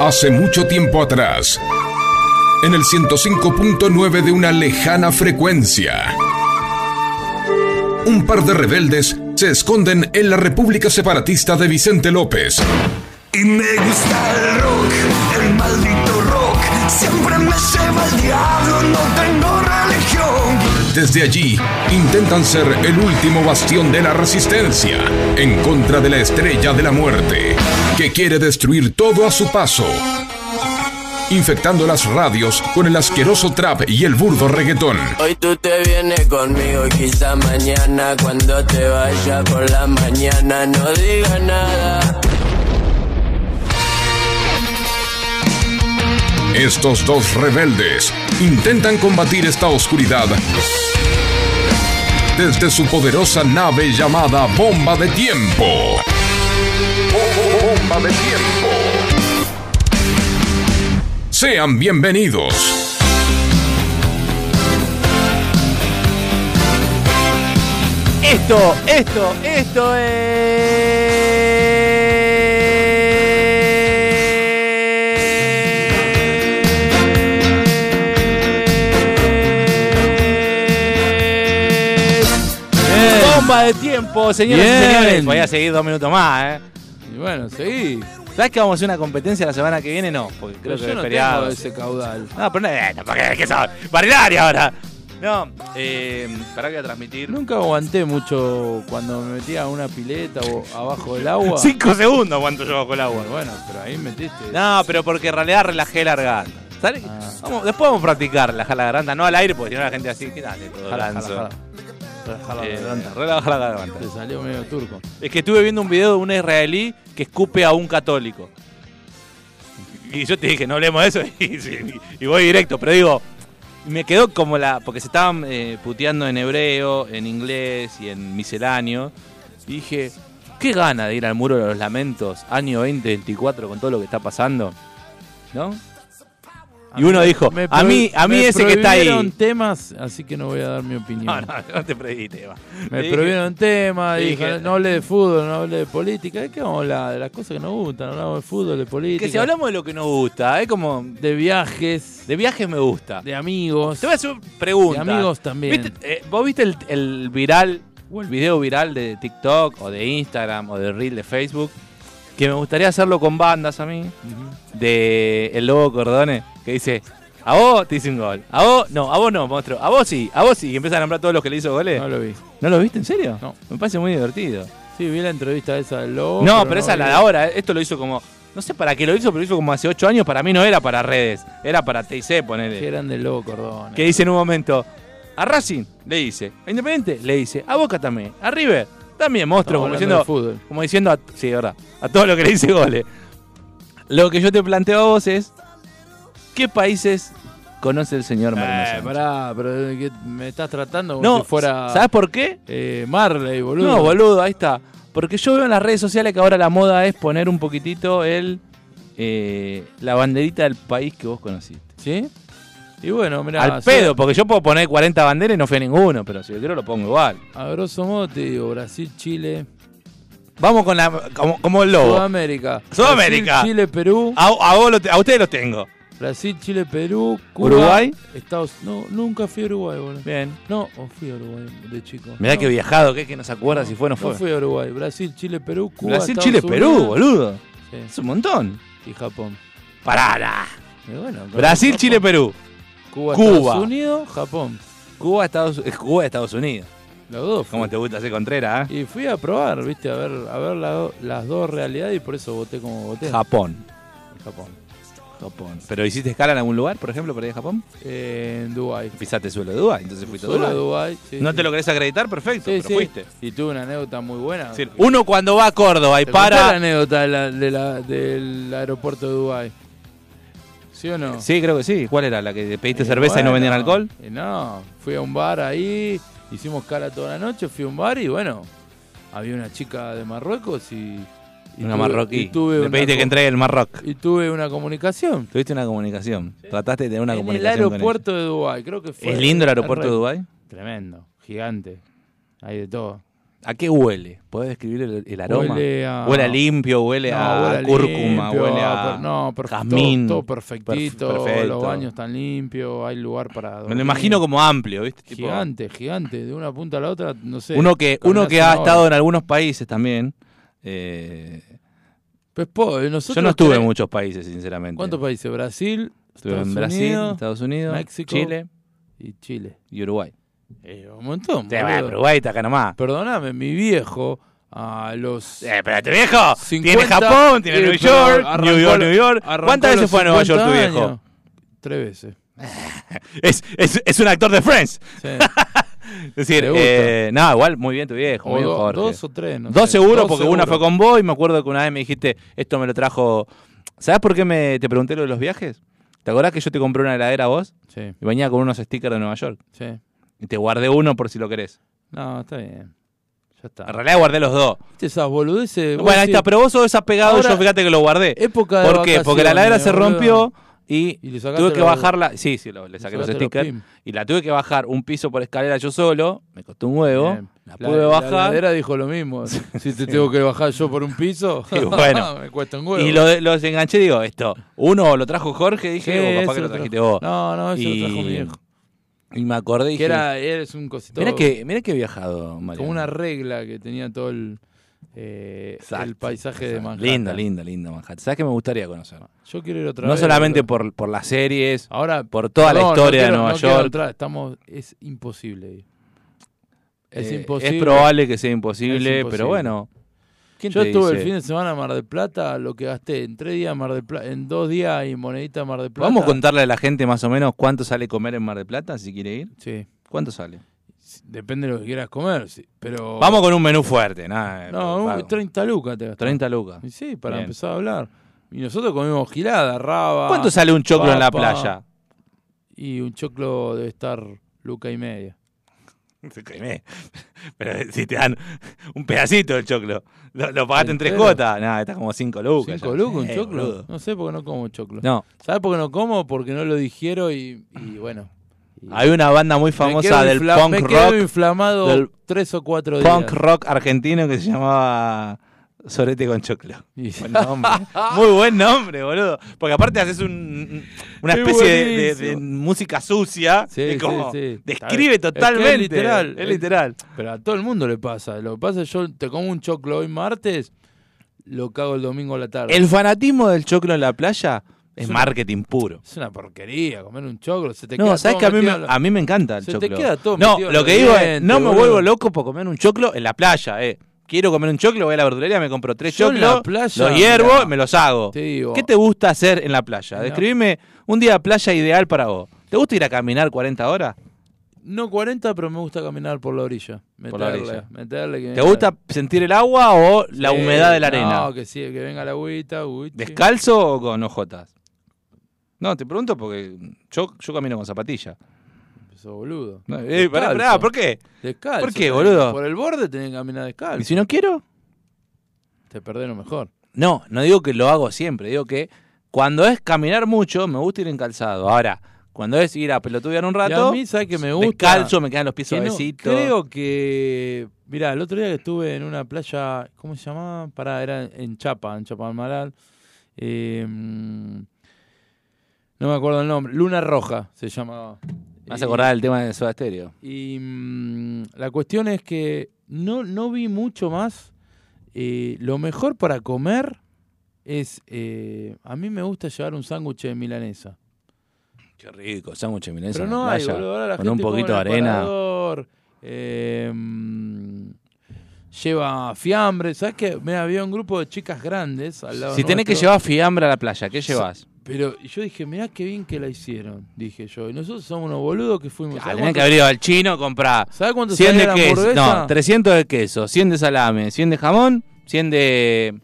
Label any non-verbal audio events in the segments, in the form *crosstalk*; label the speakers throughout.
Speaker 1: Hace mucho tiempo atrás, en el 105.9 de una lejana frecuencia, un par de rebeldes se esconden en la República Separatista de Vicente López.
Speaker 2: Y me gusta el rock, el maldito rock. Siempre me lleva el diablo, no tengo religión.
Speaker 1: Desde allí, intentan ser el último bastión de la resistencia en contra de la estrella de la muerte, que quiere destruir todo a su paso, infectando las radios con el asqueroso trap y el burdo reggaetón.
Speaker 3: Hoy tú te vienes conmigo y quizá mañana cuando te vaya por la mañana no diga nada.
Speaker 1: Estos dos rebeldes intentan combatir esta oscuridad desde su poderosa nave llamada Bomba de Tiempo. Bomba de Tiempo. Sean bienvenidos.
Speaker 4: Esto, esto, esto es. Bomba de tiempo, señoras
Speaker 5: Bien.
Speaker 4: y señores. Voy a seguir dos minutos más, ¿eh?
Speaker 5: Y bueno, seguí.
Speaker 4: ¿Sabes que vamos a hacer una competencia la semana que viene? No, porque creo
Speaker 5: Pero
Speaker 4: que
Speaker 5: yo
Speaker 4: es
Speaker 5: no
Speaker 4: feriado.
Speaker 5: tengo ese caudal.
Speaker 4: No, pero no, eh, no, porque, ¿qué sabes? Bariloche ahora. No, eh, ¿para qué voy a transmitir?
Speaker 5: Nunca aguanté mucho cuando me metía a una pileta o abajo del agua.
Speaker 4: Cinco segundos cuánto yo bajo el agua.
Speaker 5: Bueno, bueno, pero ahí metiste.
Speaker 4: No, pero porque en realidad relajé la garganta. ¿Sabes?
Speaker 5: Ah.
Speaker 4: Vamos, después vamos a practicar relajar la garganta, no al aire, porque si no la gente así, ¿qué tal? Todo
Speaker 5: Jala, jala,
Speaker 4: ganso?
Speaker 5: jala. Relajala la
Speaker 4: Eh,
Speaker 5: garganta.
Speaker 4: relaja la garganta.
Speaker 5: Te salió medio turco.
Speaker 4: Es que estuve viendo un video de un israelí que escupe a un católico. Y yo te dije, no hablemos de eso, *laughs* y, sí, y voy directo, pero digo, me quedó como la. Porque se estaban eh, puteando en hebreo, en inglés y en misceláneo. Y dije, qué gana de ir al muro de los lamentos, año 2024, con todo lo que está pasando, ¿no? Y uno dijo,
Speaker 5: Me
Speaker 4: a
Speaker 5: pro-
Speaker 4: mí, a mí
Speaker 5: me
Speaker 4: ese que está
Speaker 5: prohibieron
Speaker 4: ahí.
Speaker 5: temas, así que no voy a dar mi opinión.
Speaker 4: *laughs* No, no, no te prohibí, tema.
Speaker 5: Me
Speaker 4: Le dije,
Speaker 5: prohibieron temas,
Speaker 4: le
Speaker 5: dije,
Speaker 4: dije-
Speaker 5: no hable de fútbol, no hable de política. ¿De qué vamos a hablar? De las cosas que nos gustan, hablamos de fútbol, de política.
Speaker 4: Que si hablamos de lo que nos gusta, es como.
Speaker 5: de viajes, de,
Speaker 4: De viajes me gusta.
Speaker 5: amigos.
Speaker 4: Te voy a hacer preguntas.
Speaker 5: Y amigos también.
Speaker 4: ¿Viste, eh, ¿Vos viste el, el viral o el video viral de TikTok o de Instagram o de Reel de Facebook? Que me gustaría hacerlo con bandas a mí. De El Lobo Cordone, que dice, a vos te hice un gol. A vos, no, a vos no, monstruo. A vos sí, a vos sí. Y empieza a nombrar a todos los que le hizo goles.
Speaker 5: No lo vi.
Speaker 4: ¿No lo viste en serio?
Speaker 5: No. Oh,
Speaker 4: Me parece muy divertido.
Speaker 5: Sí, vi la entrevista esa del lobo.
Speaker 4: No, pero esa es la de
Speaker 5: vi.
Speaker 4: ahora. eh. Esto lo hizo como. No sé para qué lo hizo, pero lo hizo como hace 8 años. Para mí no era para redes. Era para TIC, ponele.
Speaker 5: Qué grande el lobo cordón.
Speaker 4: que dice en un momento, a Racing le dice, a Independiente le dice, a Boca también, a River también, monstruo, como
Speaker 5: hablando de
Speaker 4: diciendo,
Speaker 5: fútbol.
Speaker 4: como diciendo, a, sí, de verdad, a todo lo que le dice goles. Lo que yo te planteo a vos es, ¿qué países conoce el señor Marino
Speaker 5: Eh,
Speaker 4: Sánchez?
Speaker 5: pará, pero ¿de qué me estás tratando como
Speaker 4: No,
Speaker 5: si fuera
Speaker 4: ¿sabes por qué?
Speaker 5: eh, Marley, boludo.
Speaker 4: No, boludo, ahí está. Porque yo veo en las redes sociales que ahora la moda es poner un poquitito el eh, la banderita del país que vos conociste.
Speaker 5: ¿Sí? Y bueno, mirá.
Speaker 4: Al
Speaker 5: yo-
Speaker 4: pedo, porque yo puedo poner 40 banderas y no fui a ninguno, pero si yo quiero lo pongo igual.
Speaker 5: A grosso modo te digo, Brasil, Chile,
Speaker 4: Vamos con la. como, como el lobo.
Speaker 5: Sudamérica.
Speaker 4: Oh. Sudamérica. Ah.
Speaker 5: Brasil, Chile, Perú.
Speaker 4: A, a vos lo te- a ustedes los tengo.
Speaker 5: Brasil, Chile, Perú. Cuba,
Speaker 4: ¿Uruguay?
Speaker 5: Estados No, nunca fui a Uruguay, boludo.
Speaker 4: Bien.
Speaker 5: No, o fui a Uruguay de chico.
Speaker 4: Mirá
Speaker 5: No,
Speaker 4: que viajado, que es que no se acuerda si fue o no
Speaker 5: no
Speaker 4: fue.
Speaker 5: fui a Uruguay. Brasil, Chile, Perú, Cuba.
Speaker 4: Brasil,
Speaker 5: Estados
Speaker 4: Chile, Perú,
Speaker 5: Unidos,
Speaker 4: boludo. Es
Speaker 5: sí,
Speaker 4: un montón.
Speaker 5: y Japón.
Speaker 4: Parada.
Speaker 5: Y bueno, con
Speaker 4: Brasil,
Speaker 5: Japón,
Speaker 4: Chile, Perú.
Speaker 5: Cuba,
Speaker 4: Cuba.
Speaker 5: Estados Unidos, Japón.
Speaker 4: Cuba, Estados, eh, Cuba, Estados Unidos.
Speaker 5: Los dos. fui.
Speaker 4: ¿Cómo te gusta hacer Contreras, eh?
Speaker 5: Y fui a probar, viste, a ver, a ver la do- las dos realidades y por eso voté como voté.
Speaker 4: Japón.
Speaker 5: Japón.
Speaker 4: Japón. ¿Pero hiciste escala en algún lugar, por ejemplo, para ir a Japón?
Speaker 5: Eh, en Dubái.
Speaker 4: Pisaste suelo de Dubái, entonces fuiste a
Speaker 5: Solo a
Speaker 4: Dubái.
Speaker 5: Dubái. sí,
Speaker 4: ¿No
Speaker 5: sí.
Speaker 4: te lo querés acreditar? Perfecto,
Speaker 5: Sí,
Speaker 4: pero
Speaker 5: sí.
Speaker 4: fuiste.
Speaker 5: Y tuve una anécdota muy buena.
Speaker 4: Es decir, Uno cuando va a Córdoba y
Speaker 5: ¿Te conté la
Speaker 4: para.
Speaker 5: anécdota de la- de la- del aeropuerto de Dubái? ¿Sí o no?
Speaker 4: Sí, creo que sí. ¿Cuál era? ¿La que te pediste
Speaker 5: Y
Speaker 4: cerveza y no
Speaker 5: bueno,
Speaker 4: vendían alcohol?
Speaker 5: y no, fui a un bar ahí, hicimos cara toda la noche, fui a un bar y bueno, había una chica de Marruecos y... y
Speaker 4: una
Speaker 5: tuve-
Speaker 4: marroquí.
Speaker 5: y tuve
Speaker 4: Le
Speaker 5: una
Speaker 4: pediste que
Speaker 5: co-
Speaker 4: entregue el Marroc.
Speaker 5: Y tuve una comunicación.
Speaker 4: Tuviste una comunicación. Trataste de tener una
Speaker 5: en
Speaker 4: comunicación.
Speaker 5: el
Speaker 4: con
Speaker 5: aeropuerto de Dubái, creo que
Speaker 4: ella.
Speaker 5: fue.
Speaker 4: ¿Es lindo el aeropuerto de Dubái?
Speaker 5: Tremendo, gigante. Hay de todo.
Speaker 4: ¿A qué huele? ¿Puedes describir el, el aroma?
Speaker 5: Huele a-
Speaker 4: Huele limpio, huele
Speaker 5: No,
Speaker 4: a
Speaker 5: huele
Speaker 4: cúrcuma,
Speaker 5: limpio, ah,
Speaker 4: huele a
Speaker 5: per- no, per- todo-
Speaker 4: jazmín.
Speaker 5: Todo, perfectito,
Speaker 4: Perf- perfecto.
Speaker 5: los baños están limpios, hay lugar para dormir.
Speaker 4: Me lo imagino como amplio, ¿viste? Tipo,
Speaker 5: Gigante, gigante, de una punta a la otra, no sé.
Speaker 4: uno que,
Speaker 5: caminás
Speaker 4: uno que
Speaker 5: una
Speaker 4: ha
Speaker 5: hora.
Speaker 4: estado en algunos países también. eh,
Speaker 5: Pues, po, nosotros
Speaker 4: yo no estuve
Speaker 5: tres-
Speaker 4: en muchos países, sinceramente.
Speaker 5: ¿Cuántos países? Brasil,
Speaker 4: Estuve
Speaker 5: Estados
Speaker 4: en Brasil,
Speaker 5: Unidos
Speaker 4: Estados Unidos,
Speaker 5: México.
Speaker 4: Chile
Speaker 5: y Chile.
Speaker 4: y Uruguay.
Speaker 5: Eh, un montón.
Speaker 4: Te va,
Speaker 5: boludo.
Speaker 4: Uruguay está acá nomás.
Speaker 5: Perdóname, mi viejo a los
Speaker 4: Eh, espérate, viejo.
Speaker 5: 50
Speaker 4: tiene Japón, tiene
Speaker 5: eh,
Speaker 4: New
Speaker 5: pero
Speaker 4: York,
Speaker 5: arrancó
Speaker 4: New
Speaker 5: a
Speaker 4: York,
Speaker 5: los-
Speaker 4: New York.
Speaker 5: arrancó
Speaker 4: ¿Cuántas
Speaker 5: a
Speaker 4: veces
Speaker 5: los
Speaker 4: fue a Nueva York tu
Speaker 5: 50
Speaker 4: viejo?
Speaker 5: años? Tres veces.
Speaker 4: Es, es, es un actor de Friends.
Speaker 5: Sí.
Speaker 4: *laughs* Es decir,
Speaker 5: Me gusta.
Speaker 4: eh, no, igual, muy bien tu viejo, muy
Speaker 5: O
Speaker 4: bien
Speaker 5: do-
Speaker 4: Jorge.
Speaker 5: dos o tres, no
Speaker 4: Dos
Speaker 5: sé.
Speaker 4: seguro,
Speaker 5: Dos
Speaker 4: porque
Speaker 5: seguro.
Speaker 4: una fue con vos y me acuerdo que una vez me dijiste, esto me lo trajo... ¿Sabes por qué me, te pregunté lo de los viajes? ¿Te acordás que yo te compré una heladera a vos?
Speaker 5: Sí,
Speaker 4: Y venía con unos stickers de Nueva York.
Speaker 5: sí.
Speaker 4: Y te guardé uno por si lo querés.
Speaker 5: No, está bien. Ya está.
Speaker 4: En realidad guardé los dos.
Speaker 5: ¿Viste esas boludeces? Vos
Speaker 4: bueno, ahí
Speaker 5: decís,
Speaker 4: está, pero vos sos desapegado
Speaker 5: Ahora-
Speaker 4: yo fíjate que lo guardé.
Speaker 5: Época de
Speaker 4: ¿Por qué? Porque la heladera
Speaker 5: vacaciones,
Speaker 4: se
Speaker 5: boludo.
Speaker 4: rompió y,
Speaker 5: Y le sacaste
Speaker 4: tuve que
Speaker 5: los-
Speaker 4: bajarla. Sí, sí, lo- le
Speaker 5: le
Speaker 4: saqué los
Speaker 5: sacaste los
Speaker 4: stickers.
Speaker 5: pin.
Speaker 4: y la tuve que bajar un piso por escalera yo solo. Me costó un huevo.
Speaker 5: Bien.
Speaker 4: La pude
Speaker 5: La
Speaker 4: bajar.
Speaker 5: heladera dijo lo mismo. Si te tengo que bajar yo por un piso,
Speaker 4: *laughs* Y bueno.
Speaker 5: *laughs* me cuesta un huevo.
Speaker 4: y lo, los enganché, digo, esto. Uno lo trajo Jorge, dije,
Speaker 5: Sí,
Speaker 4: o
Speaker 5: ese
Speaker 4: capaz que lo
Speaker 5: tra-
Speaker 4: trajiste vos.
Speaker 5: No, no, ese
Speaker 4: Y-
Speaker 5: lo trajo mi viejo.
Speaker 4: Y me acordé y dije.
Speaker 5: Que era, eres un cosito.
Speaker 4: Mirá que, mirá que he viajado, Mario.
Speaker 5: Como una regla que tenía todo el, eh,
Speaker 4: Exacto,
Speaker 5: el paisaje de Manhattan.
Speaker 4: Lindo, lindo, lindo Manhattan. ¿Sabes qué me gustaría conocer?
Speaker 5: Yo quiero ir otra
Speaker 4: No
Speaker 5: vez.
Speaker 4: solamente
Speaker 5: boludo.
Speaker 4: por, por las series,
Speaker 5: Ahora,
Speaker 4: por toda la
Speaker 5: perdón,
Speaker 4: historia de
Speaker 5: quiero-
Speaker 4: Nueva
Speaker 5: quiero
Speaker 4: York.
Speaker 5: entrar, estamos, es imposible. ir. Es
Speaker 4: Eh,
Speaker 5: imposible.
Speaker 4: Es probable que sea imposible,
Speaker 5: Es imposible.
Speaker 4: pero bueno. ¿quién
Speaker 5: Yo
Speaker 4: te
Speaker 5: estuve el
Speaker 4: dice?
Speaker 5: fin de semana en Mar del Plata, lo que gasté en tres días en Mar del Plata, en dos días y monedita en Mar del Plata.
Speaker 4: Vamos a contarle a la gente más o menos cuánto sale comer en Mar del Plata, si quiere ir.
Speaker 5: Sí,
Speaker 4: ¿Cuánto sale?
Speaker 5: depende de lo que quieras comer, sí, pero...
Speaker 4: Vamos con un menú fuerte, nada.
Speaker 5: No, un-
Speaker 4: vago.
Speaker 5: 30 lucas te gastaste.
Speaker 4: 30 lucas.
Speaker 5: Y Sí, para
Speaker 4: Bien.
Speaker 5: empezar a hablar. Y nosotros comimos gilada, raba.
Speaker 4: ¿Cuánto sale un choclo en la
Speaker 5: papa.
Speaker 4: *laughs* playa?
Speaker 5: Y un choclo debe estar luca y media.
Speaker 4: Te quemé. Pero si te dan un pedacito del choclo, lo, lo pagaste en tres
Speaker 5: ¿Entero?
Speaker 4: cuotas, nada, está como 5 lucas.
Speaker 5: ¿Cinco
Speaker 4: ya.
Speaker 5: lucas un
Speaker 4: Sí,
Speaker 5: choclo?
Speaker 4: boludo.
Speaker 5: No sé por qué no como choclo.
Speaker 4: No,
Speaker 5: ¿Sabes por qué no como? Porque no lo dijeron y, y bueno.
Speaker 4: hay una banda muy famosa del
Speaker 5: infla-
Speaker 4: punk
Speaker 5: me quedo
Speaker 4: rock,
Speaker 5: inflamado
Speaker 4: del
Speaker 5: tres o cuatro días.
Speaker 4: punk rock argentino que se llamaba Sorete con Choclo.
Speaker 5: Y-
Speaker 4: Buen nombre. Muy buen nombre, boludo. Porque aparte haces un- una
Speaker 5: Es
Speaker 4: especie de, de-
Speaker 5: buenísimo.
Speaker 4: de música sucia.
Speaker 5: Sí,
Speaker 4: es como,
Speaker 5: sí, sí.
Speaker 4: Describe
Speaker 5: Está bien.
Speaker 4: totalmente.
Speaker 5: Es que es literal.
Speaker 4: Es literal.
Speaker 5: Pero a todo el mundo le pasa. Lo que pasa es que yo te como un choclo hoy martes, lo cago el domingo a la tarde.
Speaker 4: El fanatismo del choclo en la playa es,
Speaker 5: Es una-
Speaker 4: marketing puro.
Speaker 5: Es una porquería comer un choclo. Se te
Speaker 4: No,
Speaker 5: queda
Speaker 4: sabes
Speaker 5: todo
Speaker 4: que a mí, me,
Speaker 5: metido en la-
Speaker 4: a mí me encanta el
Speaker 5: Se te
Speaker 4: choclo.
Speaker 5: queda todo
Speaker 4: no,
Speaker 5: metido en
Speaker 4: lo
Speaker 5: los
Speaker 4: que digo es,
Speaker 5: dientes,
Speaker 4: no me
Speaker 5: boludo.
Speaker 4: vuelvo loco por comer un choclo en la playa, eh. Quiero comer un choclo, voy a la verdulería, me compro tres
Speaker 5: Yo en
Speaker 4: choclos,
Speaker 5: la playa,
Speaker 4: los hiervo
Speaker 5: mirá.
Speaker 4: y me los hago.
Speaker 5: Te digo.
Speaker 4: ¿Qué te gusta hacer en la playa?
Speaker 5: Mirá.
Speaker 4: Describime un día de playa ideal para vos. ¿Te gusta ir a caminar 40 horas?
Speaker 5: No 40, pero me gusta caminar por la orilla. Meterle,
Speaker 4: Por la orilla.
Speaker 5: meterle que
Speaker 4: ¿Te
Speaker 5: venga-
Speaker 4: gusta sentir el agua o la
Speaker 5: Eh. Sí,
Speaker 4: humedad de la arena?
Speaker 5: No, que sí, que venga la agüita, uy, sí.
Speaker 4: ¿Descalzo o con ojotas? No, te pregunto porque yo, yo camino con zapatilla.
Speaker 5: Sos boludo.
Speaker 4: No, eh, pará,
Speaker 5: Descalzo.
Speaker 4: pará, ¿por qué?
Speaker 5: Descalzo.
Speaker 4: ¿Por qué,
Speaker 5: tenés-
Speaker 4: boludo?
Speaker 5: Por el borde tenés que caminar descalzo.
Speaker 4: ¿Y si no quiero?
Speaker 5: Te perdés lo mejor.
Speaker 4: No, no digo que lo hago siempre, digo que cuando es caminar mucho, me gusta ir encalzado. Ahora, cuando es ir a pelotudear un
Speaker 5: y
Speaker 4: rato,
Speaker 5: a mí, ¿sabes que me gusta?
Speaker 4: descalzo, me quedan los pies
Speaker 5: Que no,
Speaker 4: suavecitos.
Speaker 5: creo que. Mirá, el otro día que estuve en una playa. ¿Cómo se llamaba? Pará, era en Chapa, en Chapalmaral. Eh, mm, no me acuerdo el nombre. Luna Roja se llamaba.
Speaker 4: Me hace
Speaker 5: Y-
Speaker 4: acordar el tema de Soda Stereo.
Speaker 5: Y mm, la cuestión es que no, no vi mucho más. Eh, lo mejor para comer es. eh, a mí me gusta llevar un sándwich de milanesa.
Speaker 4: Qué rico, sándwich de milanesa
Speaker 5: Pero
Speaker 4: en la
Speaker 5: no hay,
Speaker 4: playa,
Speaker 5: boludo. Ahora la
Speaker 4: con
Speaker 5: gente
Speaker 4: un
Speaker 5: come
Speaker 4: poquito de
Speaker 5: en
Speaker 4: arena.
Speaker 5: aparador, eh, mm, lleva fiambre. ¿Sabes qué? Mira, había un grupo de chicas grandes al lado
Speaker 4: Si tenés que
Speaker 5: nuestro. Ah,
Speaker 4: llevar fiambre a la playa, ¿qué llevas?
Speaker 5: Pero yo dije, mirá qué bien que la hicieron. Dije yo. Y nosotros somos unos boludos que fuimos.
Speaker 4: Ah,
Speaker 5: ¿Sabés
Speaker 4: tenés que
Speaker 5: cuánto-
Speaker 4: haber ido al chino, comprar
Speaker 5: ¿Sabés cuánto
Speaker 4: 100
Speaker 5: salía
Speaker 4: de
Speaker 5: la
Speaker 4: queso,
Speaker 5: hamburguesa?
Speaker 4: no, 300 de queso, 100 de salame, 100 de jamón, 100 de...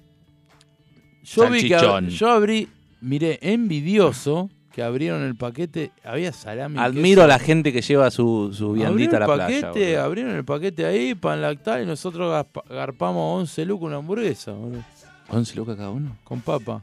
Speaker 5: Yo vi que ab-
Speaker 4: Salchichón.
Speaker 5: yo abrí, miré, envidioso que abrieron el paquete, había salami. y
Speaker 4: Admiro a la
Speaker 5: queso.
Speaker 4: gente que lleva su, su viandita a la
Speaker 5: Abrieron el
Speaker 4: playa.
Speaker 5: paquete,
Speaker 4: boludo.
Speaker 5: Abrieron el paquete ahí, pan lactal, y nosotros gaspa- garpamos 11 lucas una hamburguesa, boludo,
Speaker 4: 11 lucas cada uno.
Speaker 5: con papa.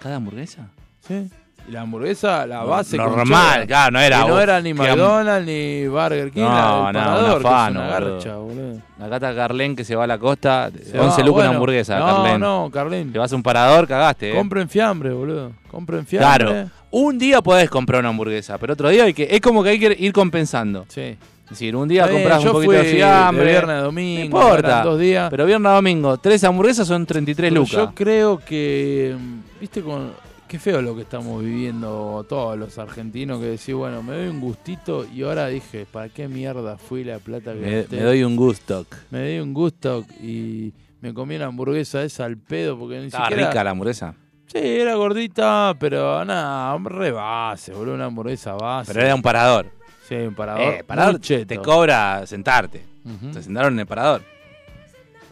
Speaker 4: ¿Cada hamburguesa?
Speaker 5: ¿Sí? Y la hamburguesa, la base con
Speaker 4: Normal,
Speaker 5: cheddar.
Speaker 4: claro, no
Speaker 5: Que
Speaker 4: era.
Speaker 5: no
Speaker 4: vos-
Speaker 5: era ni
Speaker 4: que am-
Speaker 5: McDonald's ni Burger King,
Speaker 4: No,
Speaker 5: la del
Speaker 4: no,
Speaker 5: Panador,
Speaker 4: una fano,
Speaker 5: que es una
Speaker 4: boludo.
Speaker 5: garcha, boludo.
Speaker 4: Acá está Carlén que se va a la costa. 11
Speaker 5: Se va,
Speaker 4: lucas
Speaker 5: bueno,
Speaker 4: una hamburguesa,
Speaker 5: No,
Speaker 4: Carlén.
Speaker 5: no, Carlín.
Speaker 4: Te vas a un parador, cagaste. ¿eh?
Speaker 5: Compren fiambre, boludo. Compren fiambre.
Speaker 4: Claro. Un día podés comprar una hamburguesa, pero otro día hay que. Es como que hay que ir compensando.
Speaker 5: Sí.
Speaker 4: Es decir, un día
Speaker 5: Está bien,
Speaker 4: compras
Speaker 5: yo
Speaker 4: un poquito
Speaker 5: fui
Speaker 4: de fiambre.
Speaker 5: de viernes a domingo,
Speaker 4: No importa.
Speaker 5: eran dos días.
Speaker 4: Pero viernes a domingo, tres hamburguesas son 33
Speaker 5: Pero
Speaker 4: lucas.
Speaker 5: Yo creo que, mm, viste, con qué feo lo que estamos viviendo todos los argentinos que decís, bueno, me doy un gustito y ahora dije, ¿para qué mierda fui la plata que
Speaker 4: Me,
Speaker 5: gasté?
Speaker 4: me doy un gusto.
Speaker 5: Me di un gusto y me comí una hamburguesa esa al pedo porque ni
Speaker 4: Estaba
Speaker 5: siquiera...
Speaker 4: rica la hamburguesa.
Speaker 5: Sí, era gordita, pero nada, re base, boludo, una hamburguesa base.
Speaker 4: Pero era un parador.
Speaker 5: Sí, un parador.
Speaker 4: Eh, parador
Speaker 5: muy cheto.
Speaker 4: te cobra sentarte.
Speaker 5: Ujú.
Speaker 4: Se sentaron en el parador.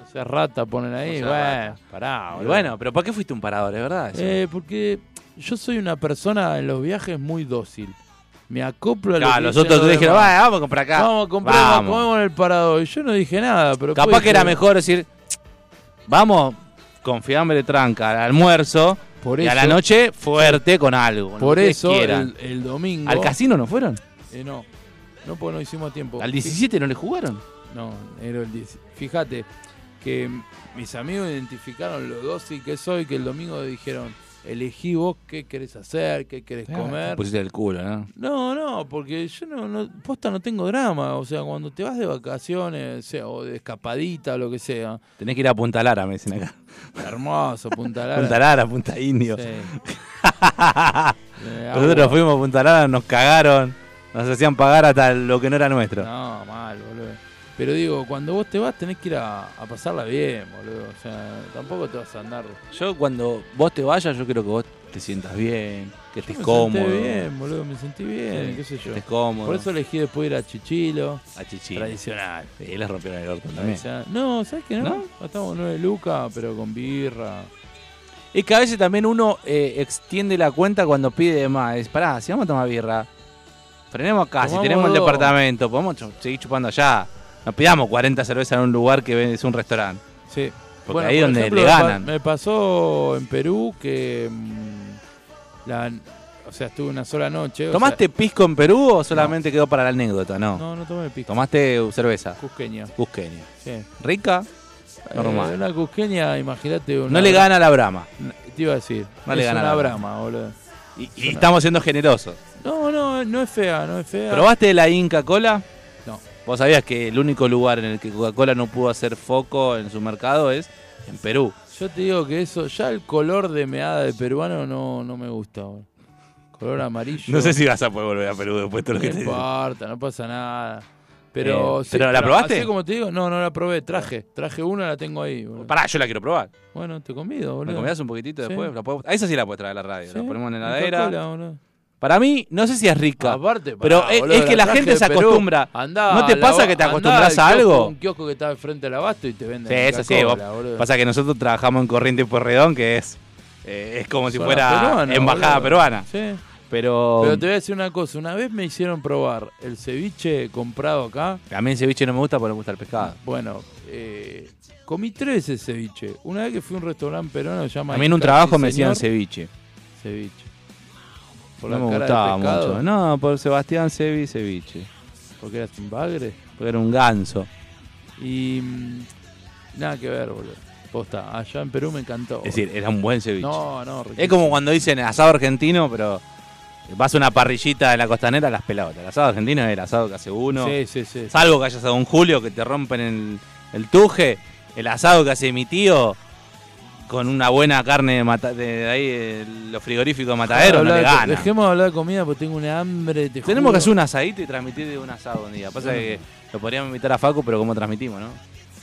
Speaker 5: O sea, rata ponen ahí,
Speaker 4: O sea,
Speaker 5: bueno,
Speaker 4: rata.
Speaker 5: pará,
Speaker 4: Y
Speaker 5: boludo.
Speaker 4: bueno, pero ¿para qué fuiste un parador? Es verdad. eso?
Speaker 5: Eh, porque yo soy una persona en los viajes muy dócil. Me acoplo a lo
Speaker 4: Claro,
Speaker 5: que
Speaker 4: los
Speaker 5: dicen
Speaker 4: otros te dijeron,
Speaker 5: demás.
Speaker 4: "Vaya, vamos a comprar acá.
Speaker 5: Vamos a comprar,
Speaker 4: Vamos.
Speaker 5: comemos en el parador. Y yo no dije nada, pero.
Speaker 4: Capaz
Speaker 5: después
Speaker 4: que era
Speaker 5: dije,
Speaker 4: mejor decir, vamos con fiambre tranca al almuerzo
Speaker 5: Por
Speaker 4: y a
Speaker 5: eso-
Speaker 4: la noche fuerte con algo. lo
Speaker 5: Por
Speaker 4: que
Speaker 5: eso,
Speaker 4: quieran".
Speaker 5: el, el domingo.
Speaker 4: ¿Al casino no fueron?
Speaker 5: Eh, no, no, porque no hicimos tiempo.
Speaker 4: ¿Al 17 no le jugaron?
Speaker 5: No, era el 10. Fíjate que mis amigos identificaron lo dócil que soy, que el domingo dijeron, elegí vos qué querés hacer, qué querés comer.
Speaker 4: Pusiste el culo, ¿no?
Speaker 5: No, no, porque yo no, no, posta no tengo drama. O sea, cuando te vas de vacaciones, o sea, o de escapadita, lo que sea,
Speaker 4: Tenés que ir a Punta Lara, me dicen acá.
Speaker 5: hermoso, Punta Lara.
Speaker 4: Punta Lara, Punta Indio.
Speaker 5: Sí.
Speaker 4: *laughs*
Speaker 5: Eh, agua.
Speaker 4: Nosotros fuimos a Punta Lara, nos cagaron, nos hacían pagar hasta lo que no era nuestro.
Speaker 5: No, mal, boludo. Pero digo, cuando vos te vas tenés que ir a, a pasarla bien, boludo. O sea, tampoco te vas a andar.
Speaker 4: Yo cuando vos te vayas, yo quiero que vos te sientas bien, que estés
Speaker 5: me
Speaker 4: cómodo.
Speaker 5: sentí bien, boludo, me sentí bien,
Speaker 4: Sí.
Speaker 5: qué sé yo.
Speaker 4: Estés cómodo.
Speaker 5: Por eso elegí después ir a Chichilo.
Speaker 4: a Chichín.
Speaker 5: Tradicional.
Speaker 4: Sí, les rompieron el orto también.
Speaker 5: tradicional. No, ¿sabes qué no?
Speaker 4: ¿No?
Speaker 5: Gastamos 9 lucas, pero con birra.
Speaker 4: Es que a veces también uno eh, extiende la cuenta cuando pide de más. Es, pará, si vamos a tomar birra, frenemos acá,
Speaker 5: Tomamos
Speaker 4: si tenemos el
Speaker 5: dos.
Speaker 4: departamento, podemos chu- seguir chupando allá. No pidamos 40 cervezas en un lugar que ven- es un restaurante.
Speaker 5: Sí.
Speaker 4: Porque ahí es donde le
Speaker 5: me pa-
Speaker 4: ganan.
Speaker 5: Me pasó en Perú que. mm, la- o sea, estuve una sola noche. o
Speaker 4: ¿Tomaste pisco en Perú o solamente quedó para la anécdota? No.
Speaker 5: sea- no, no tomé pico.
Speaker 4: ¿Tomaste cerveza?
Speaker 5: Cusqueña.
Speaker 4: Cusqueña.
Speaker 5: Sí.
Speaker 4: ¿Rica?
Speaker 5: Eh,
Speaker 4: Normal.
Speaker 5: una cusqueña, imagínate. una-
Speaker 4: no le gana la brama.
Speaker 5: Te iba a decir.
Speaker 4: No le
Speaker 5: es
Speaker 4: gana
Speaker 5: una
Speaker 4: la-
Speaker 5: brama, boludo.
Speaker 4: Y, y estamos siendo generosos.
Speaker 5: No, no, no es fea, no es fea.
Speaker 4: ¿Probaste la Inca Cola?
Speaker 5: No.
Speaker 4: Vos sabías que el único lugar en el que Coca-Cola no pudo hacer foco en su mercado es en Perú.
Speaker 5: Yo te digo que eso, ya el color de meada de peruano no, no me gusta, boludo. Color amarillo.
Speaker 4: No sé si vas a poder volver a Perú después de lo
Speaker 5: No
Speaker 4: que te
Speaker 5: importa, no pasa nada. Pero,
Speaker 4: Eh, ¿pero la probaste?
Speaker 5: así como te digo, no, no la probé, traje. Traje una, la tengo ahí. boludo.
Speaker 4: Pará, yo la quiero probar.
Speaker 5: Bueno, te convido,
Speaker 4: ¿Me
Speaker 5: boludo.
Speaker 4: convidás un poquitito
Speaker 5: Sí.
Speaker 4: después? ¿La podemos- a esa sí la puedes traer a la radio. La
Speaker 5: Sí,
Speaker 4: ponemos en la
Speaker 5: en
Speaker 4: heladera.
Speaker 5: Coca-Cola, boludo.
Speaker 4: Para mí, no sé si es rica.
Speaker 5: Aparte, pará,
Speaker 4: pero es,
Speaker 5: boludo,
Speaker 4: es que la,
Speaker 5: traje
Speaker 4: gente
Speaker 5: de
Speaker 4: se
Speaker 5: Perú.
Speaker 4: acostumbra.
Speaker 5: Andá
Speaker 4: ¿No te
Speaker 5: a la-
Speaker 4: pasa que te
Speaker 5: andá al
Speaker 4: acostumbras a
Speaker 5: kiosco,
Speaker 4: algo?
Speaker 5: Un kiosco que está frente al abasto y te venden.
Speaker 4: Sí, eso sí. vos-
Speaker 5: Coca-Cola, boludo.
Speaker 4: Pasa que nosotros trabajamos en Corriente y Porredón, que es, eh, es como si
Speaker 5: Zona
Speaker 4: fuera
Speaker 5: peruana,
Speaker 4: embajada
Speaker 5: boludo.
Speaker 4: peruana. Oh.
Speaker 5: Sí.
Speaker 4: Pero,
Speaker 5: Pero te voy a decir una cosa, una vez me hicieron probar el ceviche comprado acá.
Speaker 4: a mí el ceviche no me gusta porque me gusta el pescado.
Speaker 5: Bueno, eh, comí tres veces ceviche. Una vez que fui a un restaurante peruano que se llama
Speaker 4: A mí en un
Speaker 5: Inca,
Speaker 4: trabajo
Speaker 5: sí,
Speaker 4: me hacían
Speaker 5: señor,
Speaker 4: ceviche.
Speaker 5: ceviche. Por
Speaker 4: No
Speaker 5: la
Speaker 4: me
Speaker 5: cara de
Speaker 4: gustaba
Speaker 5: pescado,
Speaker 4: mucho. No, por Sebastián Cevi, ceviche.
Speaker 5: Porque eras un bagre.
Speaker 4: Porque era un ganso.
Speaker 5: Y mm, nada que ver, boludo. Posta, allá en Perú me encantó.
Speaker 4: Es decir, era un buen ceviche.
Speaker 5: no, no,
Speaker 4: Es
Speaker 5: riquísimo.
Speaker 4: como cuando dicen asado argentino, pero vas a una parrillita en la costanera, las pelotas. El asado argentino es el asado que hace uno.
Speaker 5: Sí, sí, sí.
Speaker 4: Salvo que hayas a Don Julio que te rompen el, el tuje. El asado que hace mi tío con una buena carne de, mata- de- de ahí, de los frigoríficos de matadero, no
Speaker 5: Hablar
Speaker 4: le
Speaker 5: de-
Speaker 4: gana.
Speaker 5: Dejemos de hablar de comida porque tengo una hambre. te
Speaker 4: Tenemos
Speaker 5: juro.
Speaker 4: que hacer un asadito y transmitir de un asado un día. Pasa que lo podríamos invitar a Facu, pero ¿cómo transmitimos, no?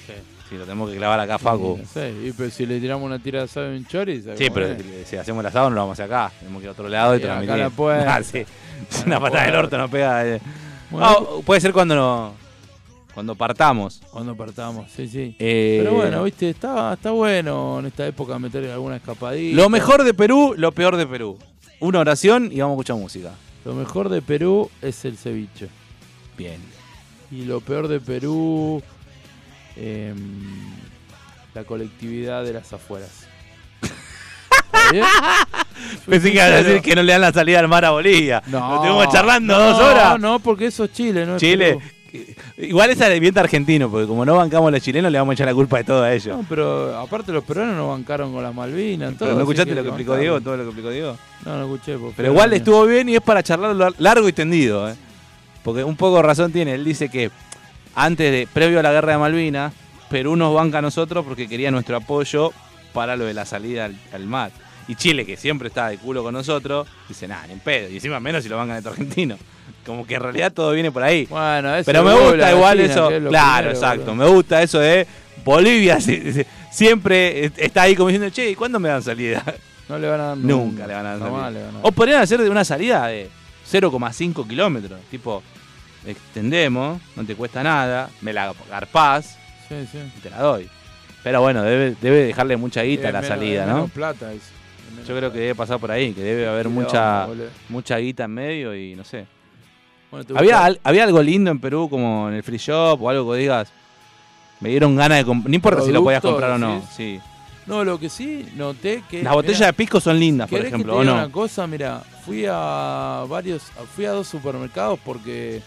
Speaker 5: Sí.
Speaker 4: Sí, lo tenemos que clavar acá a Facu.
Speaker 5: Sí, no sé, y pero si le tiramos una tira de asado y un chorizo.
Speaker 4: Sí, pero si hacemos el asado no lo vamos a hacer acá. Tenemos que ir a otro lado y
Speaker 5: Sí, acá
Speaker 4: transmitir. *laughs*
Speaker 5: la puerta.
Speaker 4: Ah, sí. Una patada del
Speaker 5: puerta.
Speaker 4: orto no pega. eh.
Speaker 5: Bueno,
Speaker 4: Ah, puede ser cuando no- cuando partamos.
Speaker 5: Cuando partamos, sí, sí.
Speaker 4: Eh,
Speaker 5: Pero bueno, viste, está, está bueno en esta época meter alguna escapadita.
Speaker 4: Lo mejor de Perú, lo peor de Perú. Una oración y vamos a escuchar música.
Speaker 5: Lo mejor de Perú es el ceviche.
Speaker 4: Bien.
Speaker 5: Y lo peor de Perú, em, la colectividad de las afueras. ¿Está bien?
Speaker 4: *laughs* Pensé que iba a decir que no le dan la salida al mar a Bolivia. Lo estuvimos charlando dos horas.
Speaker 5: No, no, porque eso es Chile, ¿no?
Speaker 4: *laughs*
Speaker 5: es
Speaker 4: Chile.
Speaker 5: Perú.
Speaker 4: Igual es aliviente argentino, porque como no bancamos a los chilenos, le vamos a echar la culpa de todo a ellos.
Speaker 5: No, pero aparte los peruanos no bancaron con las Malvinas.
Speaker 4: Pero
Speaker 5: todo,
Speaker 4: no
Speaker 5: así
Speaker 4: escuchaste lo que
Speaker 5: bancaron.
Speaker 4: explicó Diego, todo lo que explicó Diego.
Speaker 5: No, no escuché. porque-
Speaker 4: Pero igual estuvo bien y es para charlar lar- largo y tendido. ¿eh? Porque un poco de razón tiene. Él dice que antes de, previo a la guerra de Malvinas, Perú nos banca a nosotros porque quería nuestro apoyo para lo de la salida al, al mar. Y Chile, que siempre está de culo con nosotros, dice, nada, ni en pedo. Y encima menos si lo bancan estos argentinos. Como que en realidad todo viene por ahí. *laughs*
Speaker 5: Bueno, eso
Speaker 4: Pero me
Speaker 5: huevo y
Speaker 4: gusta
Speaker 5: la
Speaker 4: igual
Speaker 5: gallina,
Speaker 4: eso.
Speaker 5: que es lo
Speaker 4: Claro,
Speaker 5: primero,
Speaker 4: exacto.
Speaker 5: boludo.
Speaker 4: Me gusta eso de Bolivia. *laughs* si- si- Siempre está ahí como diciendo, che, ¿y cuándo me dan salida?
Speaker 5: No le van a dar
Speaker 4: Nunca le van a dar
Speaker 5: Jamás le
Speaker 4: salida.
Speaker 5: van a dar.
Speaker 4: O podrían hacer de una salida de 0,5 kilómetros. Tipo, extendemos, no te cuesta nada, me la garpás
Speaker 5: Sí, sí.
Speaker 4: y te la doy. Pero bueno, debe, debe dejarle mucha guita
Speaker 5: Es
Speaker 4: a la
Speaker 5: menos-
Speaker 4: salida,
Speaker 5: es
Speaker 4: ¿no?
Speaker 5: menos plata eso. Es menos
Speaker 4: Yo creo que
Speaker 5: plata.
Speaker 4: debe pasar por ahí, que debe haber
Speaker 5: Quilombo,
Speaker 4: mucha,
Speaker 5: boludo.
Speaker 4: mucha guita en medio y no sé.
Speaker 5: Bueno, ¿te
Speaker 4: ¿Había,
Speaker 5: gusta?
Speaker 4: al- ¿Había algo lindo en Perú como en el free shop o algo que digas? Me dieron ganas de comprar. No importa si lo podías
Speaker 5: ¿Producto,
Speaker 4: comprar o no.
Speaker 5: decís?
Speaker 4: Sí.
Speaker 5: No, lo que sí noté que.
Speaker 4: Las botellas de pisco son lindas, Ah, por
Speaker 5: ¿Querés que
Speaker 4: ejemplo,
Speaker 5: te
Speaker 4: ¿o
Speaker 5: diga
Speaker 4: no?
Speaker 5: una cosa, mira, fui a varios, fui a dos supermercados porque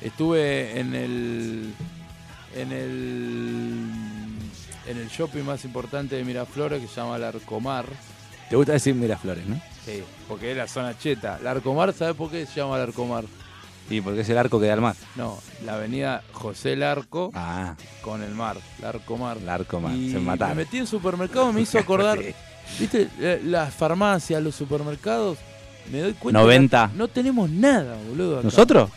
Speaker 5: estuve en el, en el, en el shopping más importante de Miraflores que se llama Larcomar.
Speaker 4: Te gusta decir Miraflores, ¿no?
Speaker 5: Sí, porque es la zona cheta. Larcomar, ¿sabes por qué se llama Larcomar?
Speaker 4: Sí, porque es el arco que da al mar.
Speaker 5: No, la avenida José Larco
Speaker 4: Ah,
Speaker 5: con el mar, Larcomar.
Speaker 4: el arco más.
Speaker 5: Y
Speaker 4: Se mataron.
Speaker 5: Me metí en supermercado, me hizo acordar,
Speaker 4: *laughs* Sí.
Speaker 5: viste, eh, las farmacias, los supermercados. Me doy cuenta.
Speaker 4: 90.
Speaker 5: que no tenemos nada, boludo. acá.
Speaker 4: ¿Nosotros?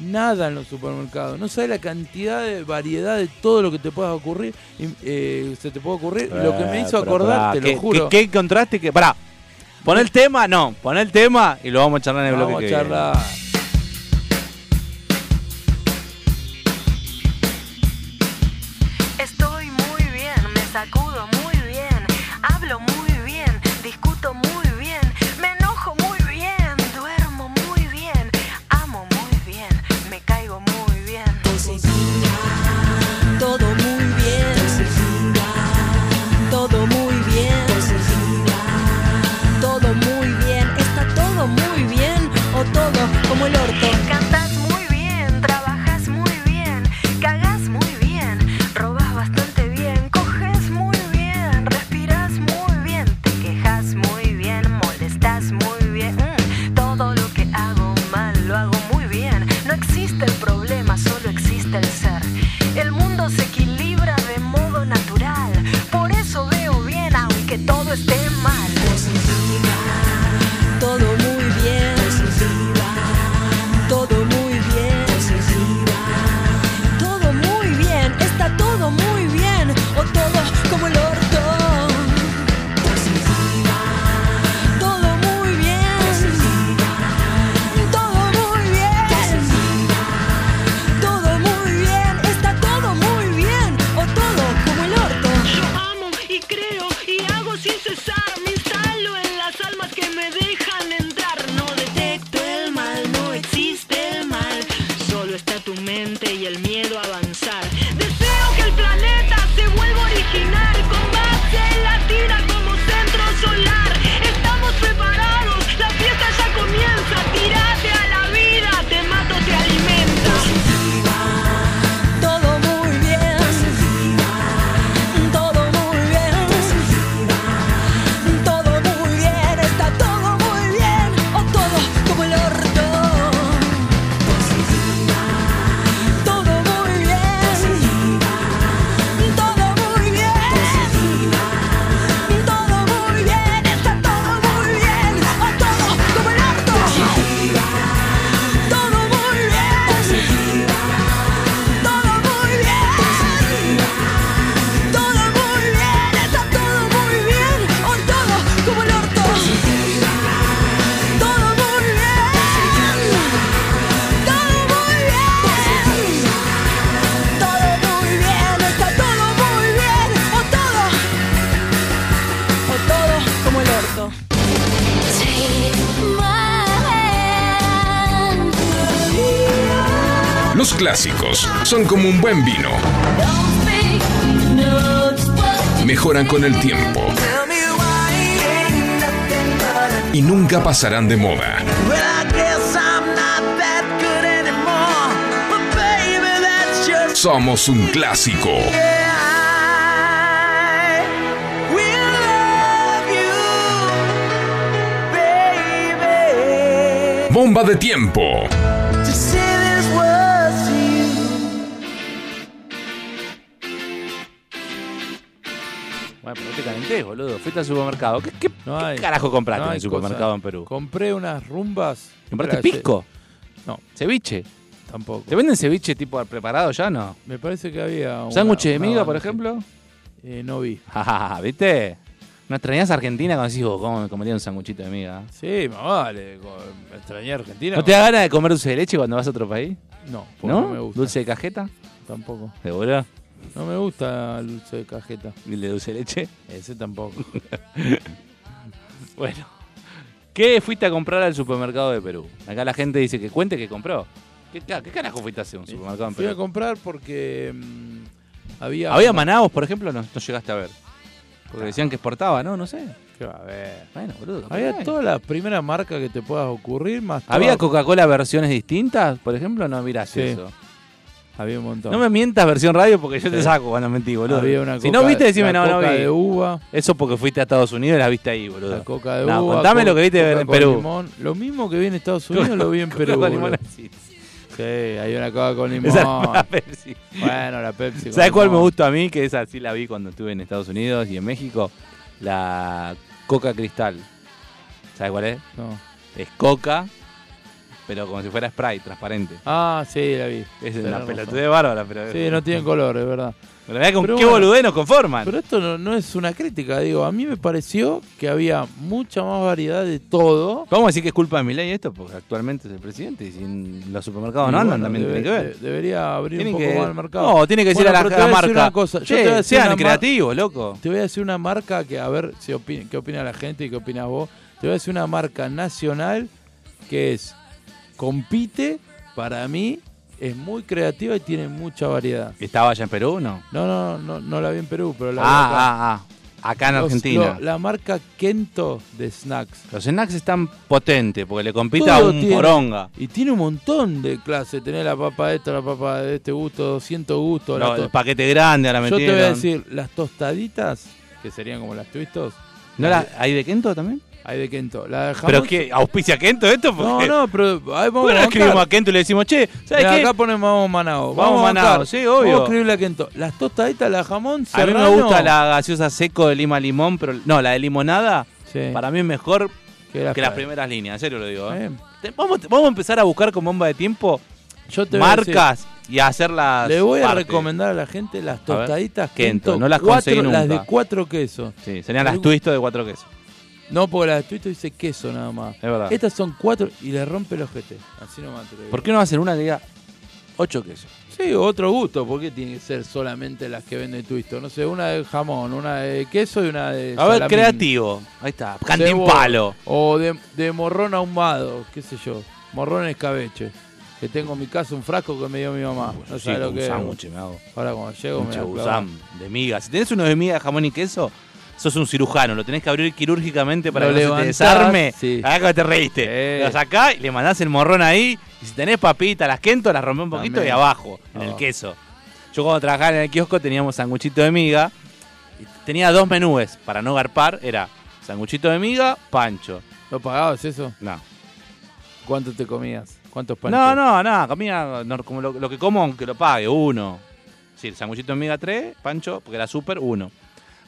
Speaker 5: Nada en los supermercados. No sabes la cantidad de variedad de todo lo que te pueda ocurrir. y, eh, se te puede ocurrir. Y lo que me hizo
Speaker 4: Eh, pero pará,
Speaker 5: acordar, te
Speaker 4: ¿qué-
Speaker 5: lo juro.
Speaker 4: ¿Qué, qué contraste? Que, pará. Pon el tema, no. Pon el tema y lo vamos a charlar en el
Speaker 5: Vamos
Speaker 4: bloque.
Speaker 5: a
Speaker 4: que viene.
Speaker 5: charlar.
Speaker 6: Estoy muy bien, me sacudo muy bien, hablo muy bien, discuto muy bien, me enojo muy bien, duermo muy bien, amo muy bien, me caigo muy bien.
Speaker 7: Todo muy bien. Todo muy bien. Todo muy bien. Está todo muy bien o todo como el orto.
Speaker 6: Cantas muy bien, trabajas muy bien, cagas muy bien, robas bastante bien, coges muy bien, respiras muy bien, te quejas muy bien, molestas muy bien. Mm, todo lo que hago mal lo hago muy bien. No existe el problema, solo existe el ser. El mundo se equilibra de modo natural, por eso veo bien aunque todo esté mal.
Speaker 7: Todo muy bien. Todo muy bien. Todo muy bien. Está todo muy bien o todo como el orto. Todo muy bien. Todo muy bien. Todo muy bien, está todo muy bien, o todo como el orto.
Speaker 6: Yo amo y creo y hago sin cesar. Me instalo en las almas que me dejan entrar. No detecto el mal, no existe el mal. Solo está tu mente y el miedo a avanzar. Deseo que el planeta se vuelva original. Con base en la tira como centro solar. Estamos preparados, la fiesta ya comienza. Tírate a la vida, te mato, te alimenta.
Speaker 7: Todo muy bien, todo muy bien, todo muy bien, está todo muy bien, o todo como el orto. Todo muy bien, todo muy bien, todo muy bien, está todo muy bien, o todo como el orto. Todo muy bien. Todo muy bien, todo muy bien, está todo muy bien, o todo como el orto. Todo muy bien, todo muy bien, todo muy bien, está todo muy bien, o todo, o todo como el orto.
Speaker 1: Los clásicos son como un buen vino. Mejoran con el tiempo. y nunca pasarán de moda.
Speaker 2: Well, I guess I'm not that good anymore. But baby, that's just
Speaker 1: Somos un clásico.
Speaker 2: yeah. I will love you, baby.
Speaker 1: Bomba de tiempo.
Speaker 2: To say this was to you.
Speaker 4: Bueno, pero no te calentés, boludo. Fuiste al supermercado. ¿Qué, qué-
Speaker 5: No
Speaker 4: qué
Speaker 5: hay-
Speaker 4: carajo compraste
Speaker 5: no
Speaker 4: en
Speaker 5: hay
Speaker 4: el supermercado
Speaker 5: cosa.
Speaker 4: en Perú?
Speaker 5: Compré unas rumbas.
Speaker 4: ¿Compraste
Speaker 5: Espera,
Speaker 4: pisco?
Speaker 5: No.
Speaker 4: Ceviche.
Speaker 5: se- Tampoco.
Speaker 4: ¿Te venden ceviche tipo preparado ya no?
Speaker 5: Me parece que había. una-
Speaker 4: ¿Sándwiches de
Speaker 5: una
Speaker 4: miga,
Speaker 5: banda
Speaker 4: por
Speaker 5: que-
Speaker 4: ejemplo?
Speaker 5: Eh, no vi.
Speaker 4: Jajaja, *laughs* ¿Viste? No extrañas Argentina cuando decís, "Oh, ¿cómo me comería un sanguchito de miga?
Speaker 5: Sí, más vale. con- Me extrañé a Argentina.
Speaker 4: ¿No te da ganas de comer dulce de leche cuando vas a otro país?
Speaker 5: No, porque
Speaker 4: ¿No?
Speaker 5: no me gusta.
Speaker 4: ¿Dulce de cajeta?
Speaker 5: Tampoco.
Speaker 4: ¿De bola?
Speaker 5: No me gusta el dulce de cajeta.
Speaker 4: ¿Y el de dulce de leche?
Speaker 5: Ese tampoco.
Speaker 4: *laughs* Bueno. ¿Qué fuiste a comprar al supermercado de Perú? Acá la gente dice que cuente que compró. ¿Qué, ca- qué carajo fuiste a hacer un supermercado en
Speaker 5: Fui a
Speaker 4: Perú?
Speaker 5: comprar porque mm, había.
Speaker 4: ¿Había Manaos, por ejemplo? No, no llegaste a ver. Porque decían que exportaba, ¿no? No sé.
Speaker 5: Ah. ¿Qué va a haber?
Speaker 4: Bueno, boludo.
Speaker 5: Había todas las primeras marcas que te puedas ocurrir, más
Speaker 4: ¿Había
Speaker 5: todas-
Speaker 4: Coca-Cola versiones distintas? Por ejemplo, no miraste
Speaker 5: Sí.
Speaker 4: eso.
Speaker 5: había un montón.
Speaker 4: No me mientas versión radio porque yo te
Speaker 5: Sí.
Speaker 4: saco cuando mentí, boludo.
Speaker 5: Había una
Speaker 4: si
Speaker 5: coca-
Speaker 4: no viste, decime,
Speaker 5: la
Speaker 4: no, no
Speaker 5: coca
Speaker 4: vi.
Speaker 5: de uva,
Speaker 4: Eso porque fuiste a Estados Unidos y la viste ahí, boludo.
Speaker 5: la coca de
Speaker 4: No,
Speaker 5: uva.
Speaker 4: contame
Speaker 5: co-
Speaker 4: lo que viste
Speaker 5: coca
Speaker 4: en
Speaker 5: con
Speaker 4: Perú.
Speaker 5: limón. Lo mismo que vi en Estados Unidos lo vi en
Speaker 4: Coca
Speaker 5: Perú.
Speaker 4: con
Speaker 5: boludo.
Speaker 4: limón así.
Speaker 5: Sí, hay una coca con limón.
Speaker 4: Esa es la Pepsi.
Speaker 5: Bueno, la Pepsi. con
Speaker 4: ¿Sabes cuál me
Speaker 5: limón.
Speaker 4: gustó a mí? Que esa sí la vi cuando estuve en Estados Unidos y en México. La Coca Cristal. ¿Sabes cuál es?
Speaker 5: No.
Speaker 4: Es Coca, pero como si fuera Sprite, transparente.
Speaker 5: Ah, sí, la vi.
Speaker 4: Es
Speaker 5: Tenés
Speaker 4: una
Speaker 5: razón.
Speaker 4: pelotudez bárbara, pero...
Speaker 5: Sí, no
Speaker 4: *laughs*
Speaker 5: tienen color, es verdad.
Speaker 4: Pero mirá con
Speaker 5: Pero
Speaker 4: qué
Speaker 5: bueno.
Speaker 4: boludez nos conforman.
Speaker 5: Pero esto no, no es una crítica, digo. A mí me pareció que había mucha más variedad de todo.
Speaker 4: ¿Cómo decir que es culpa de mi ley esto? Porque actualmente es el presidente y si en los supermercados no
Speaker 5: Y
Speaker 4: andan,
Speaker 5: bueno,
Speaker 4: también
Speaker 5: debe-
Speaker 4: tiene que ver.
Speaker 5: de- debería abrir
Speaker 4: Tienen
Speaker 5: eh, un poco
Speaker 4: que-
Speaker 5: más el mercado.
Speaker 4: No, tiene que decir
Speaker 5: Bueno,
Speaker 4: a la,
Speaker 5: pero te
Speaker 4: a la
Speaker 5: voy a decir
Speaker 4: marca.
Speaker 5: una cosa. Yo
Speaker 4: Che,
Speaker 5: te voy a decir
Speaker 4: sean
Speaker 5: una mar-
Speaker 4: creativos, loco.
Speaker 5: Te voy a decir una marca que, a ver si opina, qué opina la gente y qué opinas vos. Te voy a decir una marca nacional que es, compite, para mí, es muy creativa y tiene mucha variedad.
Speaker 4: ¿Estaba allá en Perú no?
Speaker 5: No, no, no, no la vi en Perú, pero la vi acá.
Speaker 4: Ah, ah, ah. Acá en
Speaker 5: Los-
Speaker 4: Argentina.
Speaker 5: lo- la marca Kento de snacks.
Speaker 4: Los snacks están potentes porque le compita a
Speaker 5: Todo
Speaker 4: un
Speaker 5: tiene.
Speaker 4: poronga.
Speaker 5: Y tiene un montón de clases. Tenés la papa de esta, la papa de este gusto, 200 gustos. la
Speaker 4: No,
Speaker 5: to-
Speaker 4: el paquete grande ahora
Speaker 5: Yo
Speaker 4: metieron.
Speaker 5: te voy a decir, las tostaditas, que serían como las twistos,
Speaker 4: ¿No la- ¿Hay de Kento también?
Speaker 5: hay de Kento. La de jamón-
Speaker 4: ¿Pero qué? ¿Auspicia Kento esto?
Speaker 5: No, no, pero ahí
Speaker 4: *laughs*
Speaker 5: vamos
Speaker 4: Bueno,
Speaker 5: a
Speaker 4: escribimos a
Speaker 5: bancar.
Speaker 4: Kento y le decimos, che, ¿sabes
Speaker 5: Mirá,
Speaker 4: qué?
Speaker 5: acá ponemos vamos Manao.
Speaker 4: Vamos
Speaker 5: a bancar.
Speaker 4: Manao, sí, obvio.
Speaker 5: Vamos a escribirle a Kento. Las tostaditas, la de jamón,
Speaker 4: A mí
Speaker 5: serrano.
Speaker 4: me gusta la gaseosa seco de lima limón, pero no, la de limonada,
Speaker 5: Sí,
Speaker 4: para mí es mejor
Speaker 5: que las
Speaker 4: que las
Speaker 5: pa-
Speaker 4: primeras líneas, en serio lo digo. ¿eh?
Speaker 5: Eh,
Speaker 4: Te- Vamos, vamos a empezar a buscar con bomba de tiempo
Speaker 5: Yo te voy a decir-
Speaker 4: marcas y a hacerlas.
Speaker 5: Le voy a
Speaker 4: partes.
Speaker 5: recomendar a la gente las
Speaker 4: ver.
Speaker 5: tostaditas
Speaker 4: Kento,
Speaker 5: Kento.
Speaker 4: no las
Speaker 5: cuatro,
Speaker 4: conseguí
Speaker 5: Las de
Speaker 4: nunca.
Speaker 5: cuatro quesos.
Speaker 4: Sí, serían las
Speaker 5: Le-
Speaker 4: twistos de cuatro quesos.
Speaker 5: No, porque las de Twitter dice queso nada más.
Speaker 4: Es verdad.
Speaker 5: Estas son cuatro y le rompe el ojete. Así nomás te lo digo.
Speaker 4: ¿Por qué no hacer una que diga ocho quesos?
Speaker 5: Sí, otro gusto. ¿Por qué tiene que ser solamente las que vende Twisto? No sé, una de jamón, una de queso y una de.
Speaker 4: A ver,
Speaker 5: salamín.
Speaker 4: creativo. Ahí está, cantín
Speaker 5: Cebolla.
Speaker 4: palo.
Speaker 5: O de, de morrón ahumado, qué sé yo. Morrón en escabeche. Que tengo en mi casa un frasco que me dio mi mamá. No
Speaker 4: Sí,
Speaker 5: sabe lo
Speaker 4: un
Speaker 5: que es.
Speaker 4: sándwich me hago.
Speaker 5: Ahora cuando llego
Speaker 4: Un
Speaker 5: me la clavo.
Speaker 4: chabuzán de miga. Si tenés uno de miga, jamón y queso, sos un cirujano. Lo tenés que abrir quirúrgicamente para que
Speaker 5: Lo
Speaker 4: no se te
Speaker 5: levantás,
Speaker 4: desarme.
Speaker 5: sí.
Speaker 4: Acá cuando te reíste.
Speaker 5: Eh.
Speaker 4: Lo sacás y le mandás el morrón ahí. Y si tenés papita, las quento, las rompés un poquito
Speaker 5: También.
Speaker 4: y abajo, en el
Speaker 5: Abajo.
Speaker 4: queso. Yo cuando trabajaba en el kiosco teníamos sanguchito de miga. Y tenía dos menúes para no garpar. Era sanguchito de miga, pancho.
Speaker 5: ¿Lo pagabas eso?
Speaker 4: No.
Speaker 5: ¿Cuánto te comías? ¿Cuántos panchos?
Speaker 4: No, no, no, comía no, como lo, lo que como, aunque lo pague, uno. Sí, el sanguchito en miga 3, pancho, porque era súper, uno.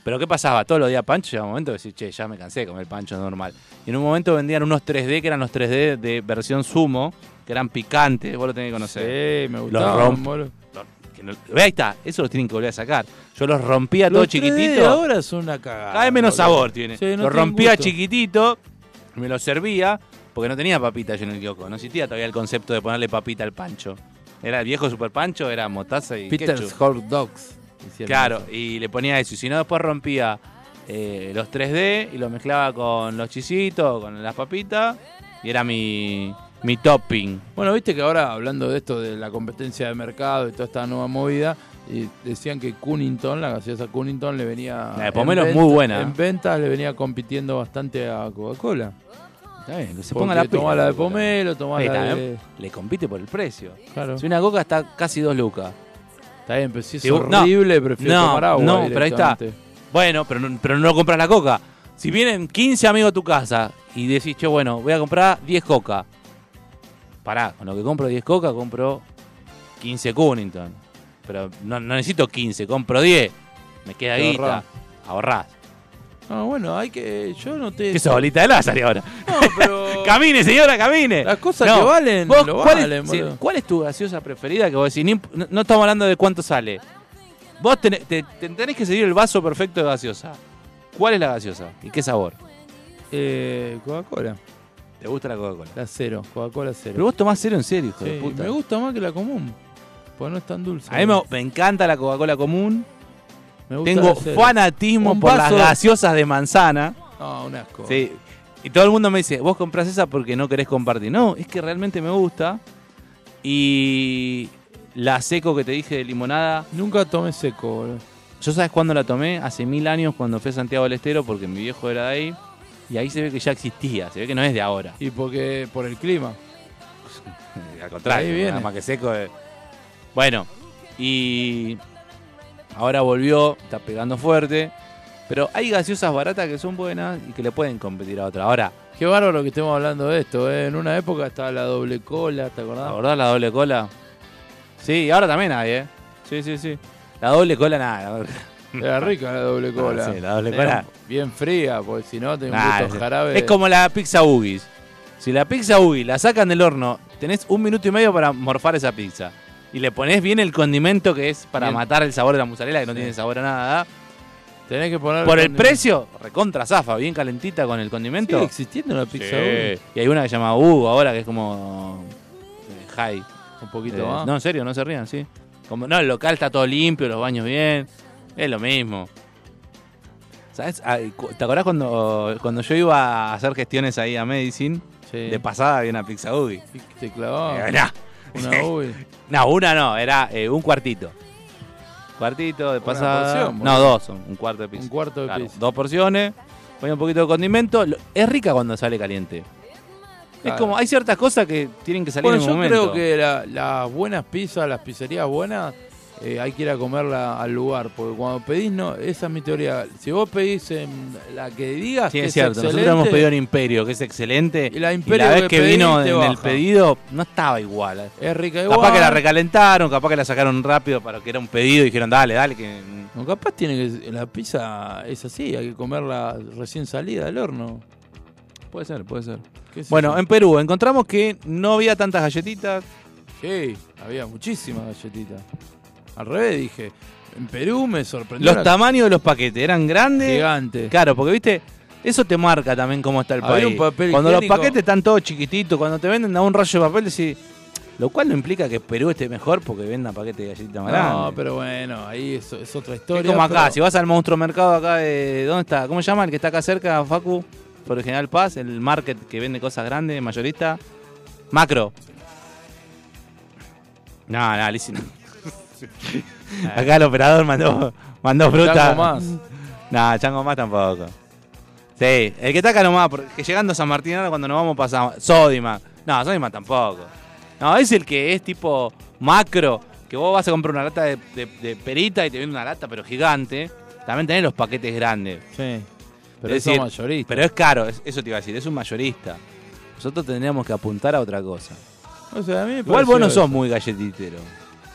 Speaker 4: Pero ¿qué pasaba? Todos los días pancho, llegaba un momento de decir, che, ya me cansé de comer pancho normal. Y en un momento vendían unos 3D, que eran los 3D de versión sumo, que eran picantes, vos lo tenés que conocer.
Speaker 5: Sí, me
Speaker 4: Los
Speaker 5: gustaba.
Speaker 4: rompo. Que no- ahí está, eso los tienen que volver a sacar. Yo los rompía todo
Speaker 5: Los 3D de
Speaker 4: chiquitito.
Speaker 5: ahora es una cagada.
Speaker 4: Cada vez Ah, menos
Speaker 5: boludo.
Speaker 4: sabor tiene.
Speaker 5: Sí, no
Speaker 4: lo
Speaker 5: tienen
Speaker 4: rompía
Speaker 5: gusto.
Speaker 4: chiquitito, me lo servía, porque no tenía papita yo en el kiosco. No existía todavía el concepto de ponerle papita al pancho. Era el viejo super pancho, era mostaza y
Speaker 5: Peter's
Speaker 4: ketchup.
Speaker 5: Hot Dogs. hicieron
Speaker 4: Claro,
Speaker 5: eso.
Speaker 4: y le ponía eso. Y si no, después rompía eh, los 3D y lo mezclaba con los chisitos, con las papitas. Y era mi, mi topping.
Speaker 5: Bueno, viste que ahora hablando de esto de la competencia de mercado y toda esta nueva movida, y decían que Cunnington, la gaseosa Cunnington, le venía.
Speaker 4: La de
Speaker 5: en
Speaker 4: Pomelo es
Speaker 5: venta-
Speaker 4: muy buena.
Speaker 5: En ventas le venía compitiendo bastante a Coca-Cola.
Speaker 4: Está bien, que se
Speaker 5: Porque
Speaker 4: ponga la pila.
Speaker 5: Tomás la de pomelo, tomás
Speaker 4: Ahí
Speaker 5: la
Speaker 4: está,
Speaker 5: de...
Speaker 4: ¿eh? Le compite por el precio.
Speaker 5: Claro.
Speaker 4: Si una coca está casi dos lucas.
Speaker 5: Está bien, pero si es
Speaker 4: Si vos- no,
Speaker 5: horrible, prefiero
Speaker 4: no,
Speaker 5: tomar agua
Speaker 4: no, pero ahí está.
Speaker 5: directamente.
Speaker 4: Bueno, pero no, pero no compras la coca. Si vienen 15 amigos a tu casa y decís, che, bueno, voy a comprar 10 coca. Pará, con lo que compro 10 coca, compro 15 Cunnington. Pero no, no necesito 15, compro 10. Me queda
Speaker 5: Te
Speaker 4: guita.
Speaker 5: ahorrás.
Speaker 4: Ahorrás.
Speaker 5: No, bueno, hay que... Yo no te...
Speaker 4: Qué solita de Lázaro ahora.
Speaker 5: No, pero...
Speaker 4: *laughs* Camine, señora, camine.
Speaker 5: Las cosas que valen,
Speaker 4: vos,
Speaker 5: lo
Speaker 4: ¿cuál,
Speaker 5: valen,
Speaker 4: es, sí,
Speaker 5: boludo.
Speaker 4: ¿Cuál es tu gaseosa preferida que vos decís? ni- no, no estamos hablando de cuánto sale. Vos tenés, te- te tenés que seguir el vaso perfecto de gaseosa. ¿Cuál es la gaseosa? ¿Y qué sabor?
Speaker 5: Eh, Coca-Cola,
Speaker 4: ¿Te gusta la Coca-Cola?
Speaker 5: la cero, Coca-Cola cero.
Speaker 4: Pero vos tomás cero en serio, hijo
Speaker 5: Sí,
Speaker 4: de puta.
Speaker 5: me gusta más que la común, porque no es tan dulce.
Speaker 4: A mí me, me encanta la Coca-Cola común.
Speaker 5: Me gusta
Speaker 4: Tengo
Speaker 5: la cero.
Speaker 4: fanatismo
Speaker 5: Un
Speaker 4: por las
Speaker 5: vaso-
Speaker 4: gaseosas de manzana.
Speaker 5: No, un asco.
Speaker 4: Sí. Y todo el mundo me dice, vos comprás esa porque no querés compartir. No, es que realmente me gusta. Y la seco que te dije de limonada,
Speaker 5: Nunca tomé seco, boludo.
Speaker 4: yo sabes cuándo la tomé, hace mil años cuando fui a Santiago del Estero, porque mi viejo era de ahí. Y ahí se ve que ya existía, se ve que no es de ahora.
Speaker 5: Y porque por el clima.
Speaker 4: Al contrario,
Speaker 5: Ahí viene.
Speaker 4: nada más que seco. eh. Bueno, y ahora volvió, está pegando fuerte. Pero hay gaseosas baratas que son buenas y que le pueden competir a otra. Ahora,
Speaker 5: Qué bárbaro que estemos hablando de esto, ¿eh? En una época estaba la doble cola, ¿te
Speaker 4: ¿La
Speaker 5: acordás?
Speaker 4: verdad la doble cola? Sí, ahora también hay, ¿eh? Sí, sí, sí. La doble cola nada.
Speaker 5: Era rica la doble cola.
Speaker 4: Ah, sí, la doble
Speaker 5: Era
Speaker 4: cola.
Speaker 5: Bien fría, porque si no tenía
Speaker 4: Nah,
Speaker 5: un gusto
Speaker 4: es-
Speaker 5: jarabe.
Speaker 4: Es como la pizza Ugis. Si la pizza Ugis la sacan del horno, tenés un minuto y medio para morfar esa pizza. Y le ponés bien el condimento que es para
Speaker 5: Bien.
Speaker 4: matar el sabor de la mozzarella, que no tiene sabor a nada.
Speaker 5: Tenés que poner...
Speaker 4: Por el
Speaker 5: condimento.
Speaker 4: precio, recontra zafa, bien calentita con el condimento.
Speaker 5: ¿Sigue existiendo la pizza Uri?
Speaker 4: Y hay una que se llama Hugo ahora, que es como eh, high.
Speaker 5: Un poquito
Speaker 4: Eh,
Speaker 5: más.
Speaker 4: No, en serio, no se rían, sí. Como, no, el local está todo limpio, los baños bien. Es lo mismo. ¿Sabes? Ah, ¿Te acordás cuando, cuando yo iba a hacer gestiones ahí a Medicine?
Speaker 5: Sí.
Speaker 4: De pasada había una pizza Ubi.
Speaker 5: Y Te clavaba
Speaker 4: Eh, nah. *laughs*
Speaker 5: una uy.
Speaker 4: No, una no, era eh, un cuartito. Cuartito de
Speaker 5: Una
Speaker 4: pasada.
Speaker 5: porción,
Speaker 4: no,
Speaker 5: boludo.
Speaker 4: dos, son, un cuarto de pizza.
Speaker 5: Un cuarto de
Speaker 4: Claro,
Speaker 5: pizza.
Speaker 4: Dos porciones, ponía un poquito de condimento. Lo- Es rica cuando sale caliente. Es
Speaker 5: Claro.
Speaker 4: como, hay ciertas cosas que tienen que salir
Speaker 5: Bueno,
Speaker 4: en
Speaker 5: yo
Speaker 4: un momento.
Speaker 5: creo que la- las buenas pizzas, las pizzerías buenas, eh, hay que ir a comerla al lugar. Porque cuando pedís, no, esa es mi teoría. Si vos pedís en la que digas,
Speaker 4: Sí,
Speaker 5: Ah, que
Speaker 4: es cierto.
Speaker 5: excelente,
Speaker 4: Nosotros hemos pedido en Imperio, que es excelente.
Speaker 5: Y la Imperio
Speaker 4: vez
Speaker 5: que
Speaker 4: que
Speaker 5: pedí
Speaker 4: vino
Speaker 5: te
Speaker 4: en el
Speaker 5: baja. Eh,
Speaker 4: pedido, no estaba igual.
Speaker 5: es rica igual.
Speaker 4: Capaz que la recalentaron, capaz que la sacaron rápido para que era un pedido y dijeron, dale, dale. Que...
Speaker 5: No, capaz tiene que. La pizza es así, hay que comerla recién salida del horno.
Speaker 4: Puede ser, puede ser.
Speaker 5: ¿Qué sé
Speaker 4: Bueno,
Speaker 5: yo?
Speaker 4: en Perú encontramos que no había tantas galletitas.
Speaker 5: Sí, había muchísimas galletitas. Al revés, dije. En Perú me sorprendió.
Speaker 4: Los
Speaker 5: la
Speaker 4: tamaños de los paquetes eran grandes.
Speaker 5: gigante.
Speaker 4: Claro, porque viste, eso te marca también cómo está el
Speaker 5: Había
Speaker 4: país.
Speaker 5: un papel
Speaker 4: cuando
Speaker 5: higiénico.
Speaker 4: los paquetes están todos chiquititos, cuando te venden a un rollo de papel, decís, lo cual no implica que Perú esté mejor porque venda paquetes de galletitas más
Speaker 5: No,
Speaker 4: grandes.
Speaker 5: pero bueno, ahí es, es otra
Speaker 4: Es
Speaker 5: historia.
Speaker 4: como acá,
Speaker 5: pero-
Speaker 4: si vas al monstruo mercado acá de. ¿Dónde está? ¿Cómo se llama? El que está acá cerca, Facu, por el General Paz, el market que vende cosas grandes, mayorista. Macro. No, no,
Speaker 5: *laughs*
Speaker 4: Lizzy, no. acá el operador mandó, mandó fruta.
Speaker 5: Chango más.
Speaker 4: No, Chango más tampoco. Sí, el que está acá nomás, porque llegando a San Martín ahora cuando nos vamos pasamos. Sodima. No, Sodima tampoco. No, es el que es tipo macro, que vos vas a comprar una lata de, de- de perita y te viene una lata, pero gigante. También tenés los paquetes grandes.
Speaker 5: Sí. Pero
Speaker 4: Es
Speaker 5: eso
Speaker 4: decir,
Speaker 5: mayorista.
Speaker 4: Pero es caro, es- eso te iba a decir, es un mayorista. Nosotros tendríamos que apuntar a otra cosa.
Speaker 5: O sea, a mí me
Speaker 4: Igual vos no
Speaker 5: pareció
Speaker 4: sos muy galletitero.
Speaker 5: eso.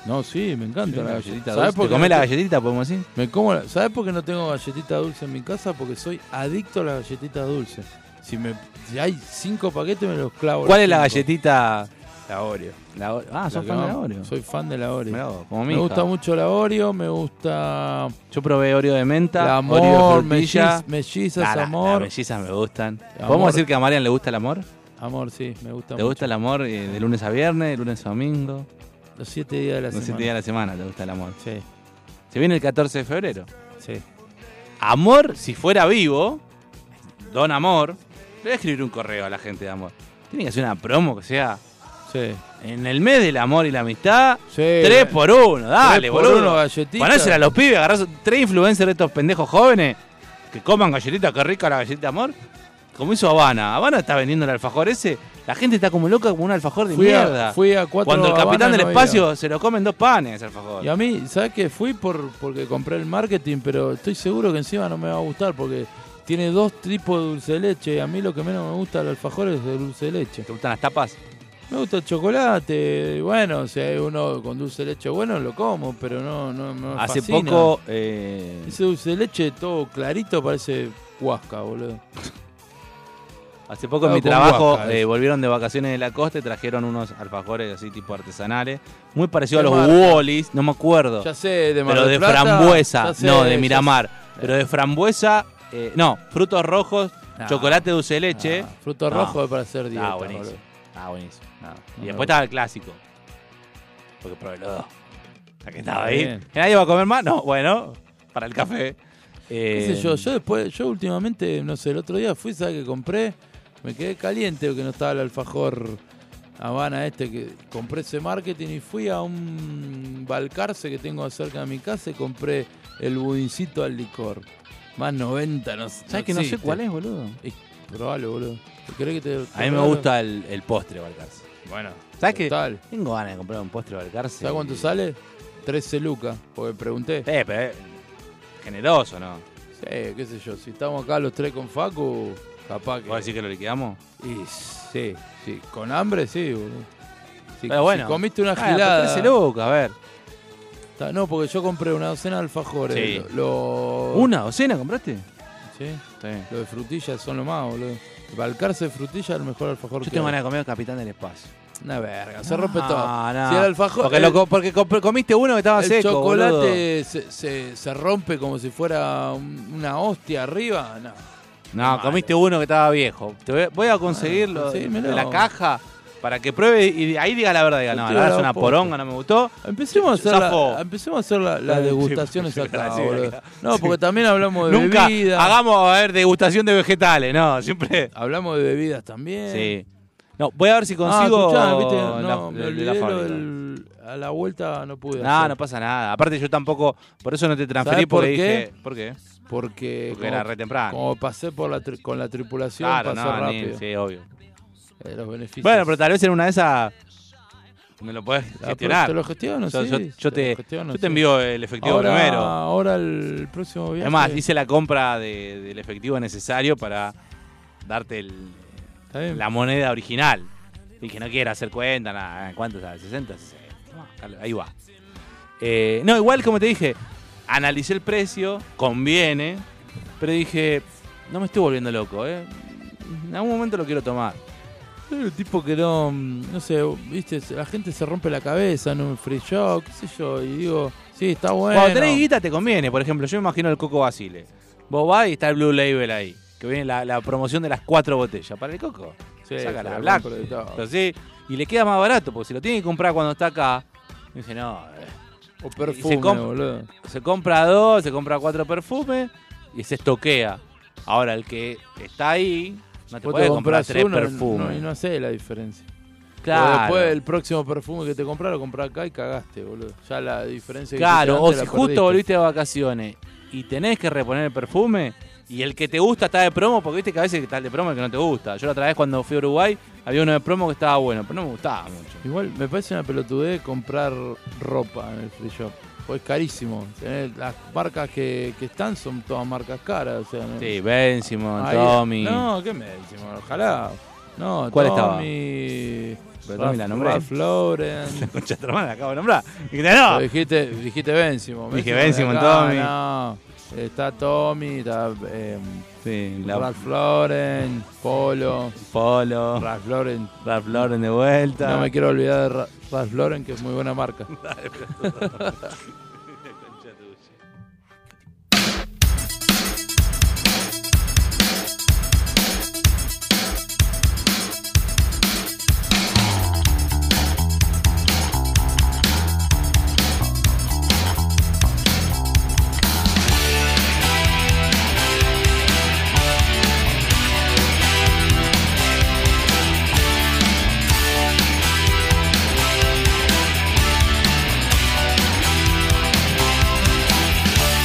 Speaker 5: No, sí, me encanta la galletita
Speaker 4: ¿Sabes
Speaker 5: dulce.
Speaker 4: por qué?
Speaker 5: no
Speaker 4: ¿Comés la
Speaker 5: te-
Speaker 4: galletita, podemos decir?
Speaker 5: me como la- ¿Sabés por qué no tengo galletita dulce en mi casa? Porque soy adicto a las galletitas dulces. Si, me, si hay cinco paquetes, me los clavo.
Speaker 4: ¿Cuál
Speaker 5: los
Speaker 4: es la
Speaker 5: cinco.
Speaker 4: galletita?
Speaker 5: La Oreo.
Speaker 4: La Oreo. Ah, sos
Speaker 5: La que
Speaker 4: fan de
Speaker 5: más-
Speaker 4: la Oreo.
Speaker 5: Soy fan de la Oreo.
Speaker 4: Mirá vos, como mi
Speaker 5: me
Speaker 4: hija.
Speaker 5: gusta mucho la Oreo, me gusta
Speaker 4: Yo probé Oreo de menta,
Speaker 5: la
Speaker 4: Oreo de
Speaker 5: amor,
Speaker 4: frutilla.
Speaker 5: melliz- mellizas,
Speaker 4: Nah, nah, Las
Speaker 5: amor.
Speaker 4: mellizas me gustan.
Speaker 5: Amor.
Speaker 4: ¿Podemos decir que a Marian le gusta el amor?
Speaker 5: amor, sí, me gusta
Speaker 4: ¿Te
Speaker 5: mucho.
Speaker 4: gusta el amor eh, de lunes a viernes, de lunes a domingo?
Speaker 5: Los siete días de la
Speaker 4: Los
Speaker 5: semana.
Speaker 4: siete días de la semana te gusta el amor.
Speaker 5: Sí,
Speaker 4: Se viene el 14 de febrero.
Speaker 5: sí.
Speaker 4: Amor, si fuera vivo, Don Amor, le voy a escribir un correo a la gente de amor. Tiene que hacer una promo que sea
Speaker 5: Sí.
Speaker 4: en el mes del amor y la amistad.
Speaker 5: Sí,
Speaker 4: Tres
Speaker 5: la-
Speaker 4: por uno, dale,
Speaker 5: Tres por uno,
Speaker 4: boludo.
Speaker 5: galletitas.
Speaker 4: Ponésela a los pibes, agarrás tres influencers de estos pendejos jóvenes que coman galletitas, qué rica la galletita de amor. Como hizo Habana. Habana está vendiendo el alfajor ese. La gente está como loca como un alfajor de
Speaker 5: Fui
Speaker 4: mierda.
Speaker 5: a, fui a cuatro
Speaker 4: Cuando el
Speaker 5: Habanas,
Speaker 4: capitán del
Speaker 5: no había.
Speaker 4: espacio se lo comen dos panes ese alfajor.
Speaker 5: Y a mí, ¿sabes qué? Fui por, porque compré el marketing, pero estoy seguro que encima no me va a gustar porque tiene dos tipos de dulce de leche. Y a mí lo que menos me gusta del alfajor es el dulce de leche.
Speaker 4: ¿Te gustan las tapas?
Speaker 5: Me gusta el chocolate, y bueno, si hay uno con dulce de leche bueno, lo como, pero no, no no me
Speaker 4: Hace
Speaker 5: fascina.
Speaker 4: poco. eh,
Speaker 5: Ese dulce de leche todo clarito parece cuasca, boludo.
Speaker 4: Hace poco en
Speaker 5: Ah,
Speaker 4: mi
Speaker 5: con
Speaker 4: trabajo
Speaker 5: guaca,
Speaker 4: eh,
Speaker 5: eso.
Speaker 4: volvieron de vacaciones de la costa y trajeron unos alfajores así tipo artesanales, muy parecidos a
Speaker 5: ¿Qué
Speaker 4: los
Speaker 5: marca?
Speaker 4: Wallis, no me acuerdo,
Speaker 5: Ya sé, de Mar
Speaker 4: pero
Speaker 5: del
Speaker 4: de
Speaker 5: Plata,
Speaker 4: frambuesa,
Speaker 5: ya sé,
Speaker 4: no, de
Speaker 5: ya
Speaker 4: Miramar, pero de frambuesa, eh, no, frutos rojos,
Speaker 5: Ah.
Speaker 4: chocolate dulce de
Speaker 5: sé.
Speaker 4: leche.
Speaker 5: Ah, fruto
Speaker 4: No.
Speaker 5: rojo para hacer dieta,
Speaker 4: Ah,
Speaker 5: boludo.
Speaker 4: buenísimo. Ah, buenísimo.
Speaker 5: No, no
Speaker 4: Y
Speaker 5: me
Speaker 4: después
Speaker 5: gusta.
Speaker 4: estaba el clásico. Porque probé los dos. La que estaba ahí.
Speaker 5: Bien.
Speaker 4: ¿Que nadie iba a comer más? No, bueno, para el café.
Speaker 5: ¿Qué
Speaker 4: Eh,
Speaker 5: sé yo? Yo después, yo últimamente, no sé, el otro día fui, ¿sabes que compré? Me quedé caliente porque no estaba el alfajor Habana este, que compré ese marketing y fui a un balcarce que tengo cerca de mi casa y compré el budincito al licor. Más 90, no sé.
Speaker 4: ¿Sabes que no sé cuál es, boludo?
Speaker 5: Y probalo, boludo. ¿Querés que te,
Speaker 4: A mí me gusta el, el postre Balcarce.
Speaker 5: Bueno,
Speaker 4: ¿Sabes qué?
Speaker 5: Total.
Speaker 4: Tengo ganas de comprar un postre Balcarce.
Speaker 5: ¿Sabes cuánto sale? 13 lucas, porque pregunté.
Speaker 4: Eh, pero eh, generoso, ¿no?
Speaker 5: Sí, qué sé yo, si estamos acá los tres con Facu, capaz que...
Speaker 4: ¿Vos decís que lo liquidamos?
Speaker 5: Y sí, sí. Con hambre, sí, boludo. Si,
Speaker 4: Pero bueno.
Speaker 5: si comiste una
Speaker 4: Ah,
Speaker 5: gilada.
Speaker 4: pues 13 lucas, a ver.
Speaker 5: Ta- no, porque yo compré una docena de alfajores.
Speaker 4: Sí.
Speaker 5: Lo, lo-
Speaker 4: ¿Una docena compraste?
Speaker 5: Sí.
Speaker 4: Sí.
Speaker 5: Los de frutillas son lo más, boludo. Balcarce de frutillas es el mejor alfajor
Speaker 4: Yo
Speaker 5: que
Speaker 4: tengo
Speaker 5: hay.
Speaker 4: ganas de comer Capitán del Espacio.
Speaker 5: Una verga, se rompe
Speaker 4: No,
Speaker 5: todo.
Speaker 4: no.
Speaker 5: Si el alfajor.
Speaker 4: Porque,
Speaker 5: el-
Speaker 4: lo co- porque comp- comiste uno que estaba
Speaker 5: el
Speaker 4: seco. boludo.
Speaker 5: chocolate se, se- se rompe como si fuera un- una hostia arriba. No.
Speaker 4: No, comiste uno que estaba viejo. Te voy- voy a conseguirlo de,
Speaker 5: consíguemelo.
Speaker 4: de la caja para que pruebe y ahí diga la verdad. Diga,
Speaker 5: Yo
Speaker 4: no,
Speaker 5: te
Speaker 4: la verdad es
Speaker 5: voy a dar
Speaker 4: una
Speaker 5: un postre.
Speaker 4: poronga, no me gustó.
Speaker 5: Empecemos a hacer,
Speaker 4: Zafo.
Speaker 5: la, empecemos a hacer la,
Speaker 4: *laughs*
Speaker 5: las
Speaker 4: Sí,
Speaker 5: degustaciones
Speaker 4: sí,
Speaker 5: acá,
Speaker 4: sí,
Speaker 5: boludo.
Speaker 4: acá.
Speaker 5: No, porque también hablamos de
Speaker 4: Nunca
Speaker 5: bebida.
Speaker 4: hagamos, a ver, degustación de vegetales. No, siempre...
Speaker 5: Hablamos de bebidas también.
Speaker 4: Sí. No, voy a ver si
Speaker 5: Eh. ah,
Speaker 4: consigo...
Speaker 5: escuchá, viste,
Speaker 4: la-
Speaker 5: no, me
Speaker 4: de- de
Speaker 5: olvidé
Speaker 4: la
Speaker 5: lo
Speaker 4: fábrica.
Speaker 5: del- a la vuelta no pude
Speaker 4: No,
Speaker 5: hacer,
Speaker 4: no pasa nada. Aparte yo tampoco, por eso no te transferí
Speaker 5: ¿Sabés por
Speaker 4: porque
Speaker 5: qué?
Speaker 4: dije, ¿por qué?
Speaker 5: porque,
Speaker 4: Porque era re temprano.
Speaker 5: como pasé por la tri- con la tripulación
Speaker 4: Claro,
Speaker 5: pasé
Speaker 4: no, ni-
Speaker 5: rápido
Speaker 4: sí, obvio.
Speaker 5: Eh, los beneficios.
Speaker 4: Bueno, pero tal vez en una de esas me lo podés
Speaker 5: Ah, pero
Speaker 4: gestionar.
Speaker 5: te lo gestiono,
Speaker 4: yo,
Speaker 5: sí,
Speaker 4: yo-
Speaker 5: te
Speaker 4: yo
Speaker 5: lo
Speaker 4: te,
Speaker 5: gestiono,
Speaker 4: yo te
Speaker 5: sí.
Speaker 4: envío el efectivo
Speaker 5: ahora,
Speaker 4: primero.
Speaker 5: Ahora el próximo viaje.
Speaker 4: Además, hice la compra de- del efectivo necesario para darte el-
Speaker 5: Está bien.
Speaker 4: la moneda original. Dije, no quiero hacer cuenta, nada. ¿Cuánto sabes? ¿60? 60. Toma, dale, Ahí va. Eh, no, igual como te dije, analicé el precio, conviene, pero dije, no me estoy volviendo loco, ¿eh? En algún momento lo quiero tomar.
Speaker 5: El tipo que no, mm, no sé, viste, la gente se rompe la cabeza en un free shop, qué sé yo, y digo, sí, está bueno.
Speaker 4: Cuando tenés guita te conviene, por ejemplo, yo me imagino el Coco Basile. Vos vas y está el Blue Label ahí, que viene la, la promoción de las cuatro botellas. Para el Coco,
Speaker 5: Sí,
Speaker 4: saca
Speaker 5: pero
Speaker 4: la
Speaker 5: el
Speaker 4: Black.
Speaker 5: compro de todo.
Speaker 4: Entonces, y le queda más barato, porque si lo tiene que comprar cuando está acá, dice, no, eh,
Speaker 5: o
Speaker 4: y
Speaker 5: perfume,
Speaker 4: se compra-
Speaker 5: boludo.
Speaker 4: se compra dos, se compra cuatro perfumes y se estoquea. Ahora, el que está ahí, no te
Speaker 5: Vos
Speaker 4: puede comprar
Speaker 5: comprás
Speaker 4: tres
Speaker 5: uno,
Speaker 4: perfumes.
Speaker 5: no- y no sé la diferencia. Pero
Speaker 4: claro,
Speaker 5: después el próximo perfume que te comprás lo comprás acá y cagaste, boludo. Ya la diferencia que
Speaker 4: claro,
Speaker 5: hiciste
Speaker 4: o
Speaker 5: antes
Speaker 4: si
Speaker 5: la
Speaker 4: justo
Speaker 5: perdiste.
Speaker 4: volviste de vacaciones y tenés que reponer el perfume y el que te gusta está de promo, porque viste que a veces está el de promo el que no te gusta. Yo la otra vez cuando fui a Uruguay había uno de promo que estaba bueno, pero no me gustaba mucho.
Speaker 5: Igual me parece una pelotudez comprar ropa en el free shop. Pues es carísimo. Tenés- las marcas que, que están son todas marcas caras. O sea, ¿no?
Speaker 4: Sí, Ben, Simon,
Speaker 5: Ahí-
Speaker 4: Tommy.
Speaker 5: No, ¿qué me decimos? Ojalá. No,
Speaker 4: ¿Cuál estaba?
Speaker 5: Tommy,
Speaker 4: Pero Tommy la nombré.
Speaker 5: Ralph Lauren.
Speaker 4: *laughs* *laughs* Concha de tu hermana, la acabo de nombrar. Dijiste, no. *laughs*
Speaker 5: Pero dijiste, dijiste Benzimo.
Speaker 4: Dije
Speaker 5: Benzimo
Speaker 4: Benzimo,
Speaker 5: acá,
Speaker 4: Tommy.
Speaker 5: No, está Tommy, está eh,
Speaker 4: Sí, la-
Speaker 5: Ralph Lauren, Polo,
Speaker 4: Polo,
Speaker 5: Ralph Lauren.
Speaker 4: Ralph Lauren de vuelta.
Speaker 5: No me quiero olvidar de Ra- Ralph Lauren, que es muy buena marca.
Speaker 7: Quiero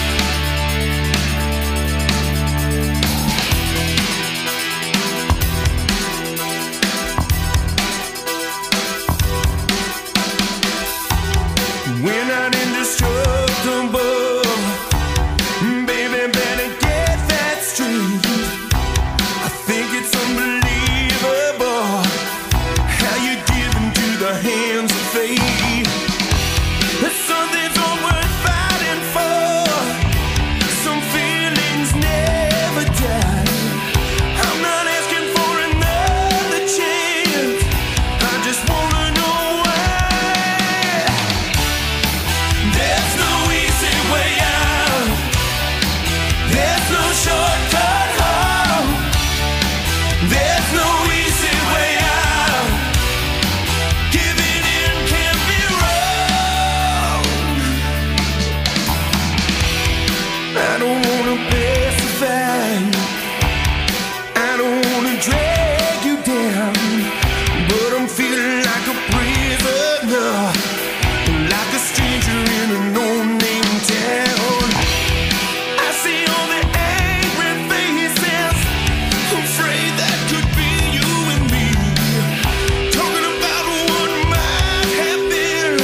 Speaker 2: I don't wanna pacify you. I don't wanna drag you down. But I'm feeling like a prisoner. Like a stranger in a no-name town. I see all the angry faces. Afraid that could be you and me. Talking about what might have been.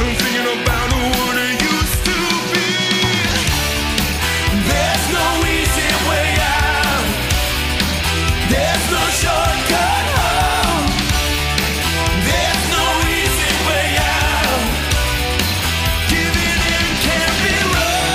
Speaker 2: I'm thinking about what it used to be. There's no easy way out. There's no shortcut home. There's no easy way out. Giving in can't be wrong.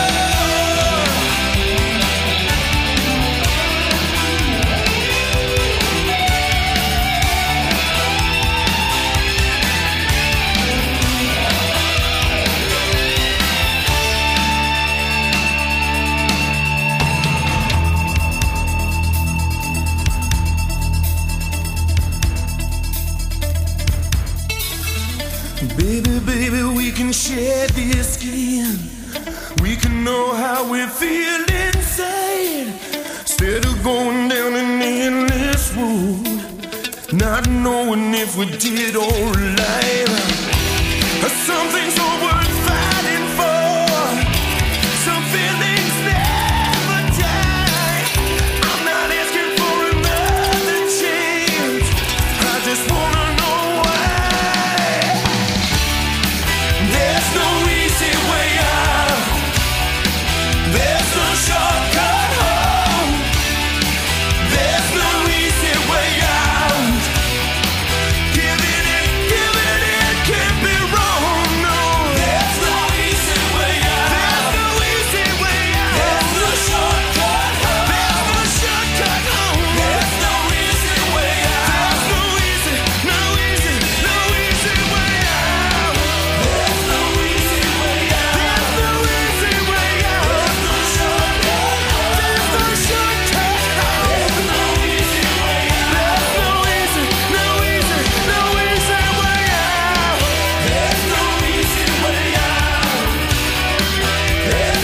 Speaker 2: Baby, baby, we can share this skin. We can know how we feel inside. Instead of going down an endless road, not knowing if we did or lied. Some things are worth fighting for. Some feelings never die. I'm not asking for another chance. I just wanna know why. There's no easy way out. There's no shortcut home. There's no easy way out. Giving in, giving in can't be wrong. No, there's no easy way out. There's no easy way out. There's no shortcut home. There's no shortcut home. There's no easy way out. There's no easy, no easy, no easy way out. There's no easy way out. There's no easy way out. There's no shortcut home. There's no shortcut home. There's no easy way out. There's no easy, no easy, no easy way out. There's no easy way out. There's no shortcut home. There's no easy way out.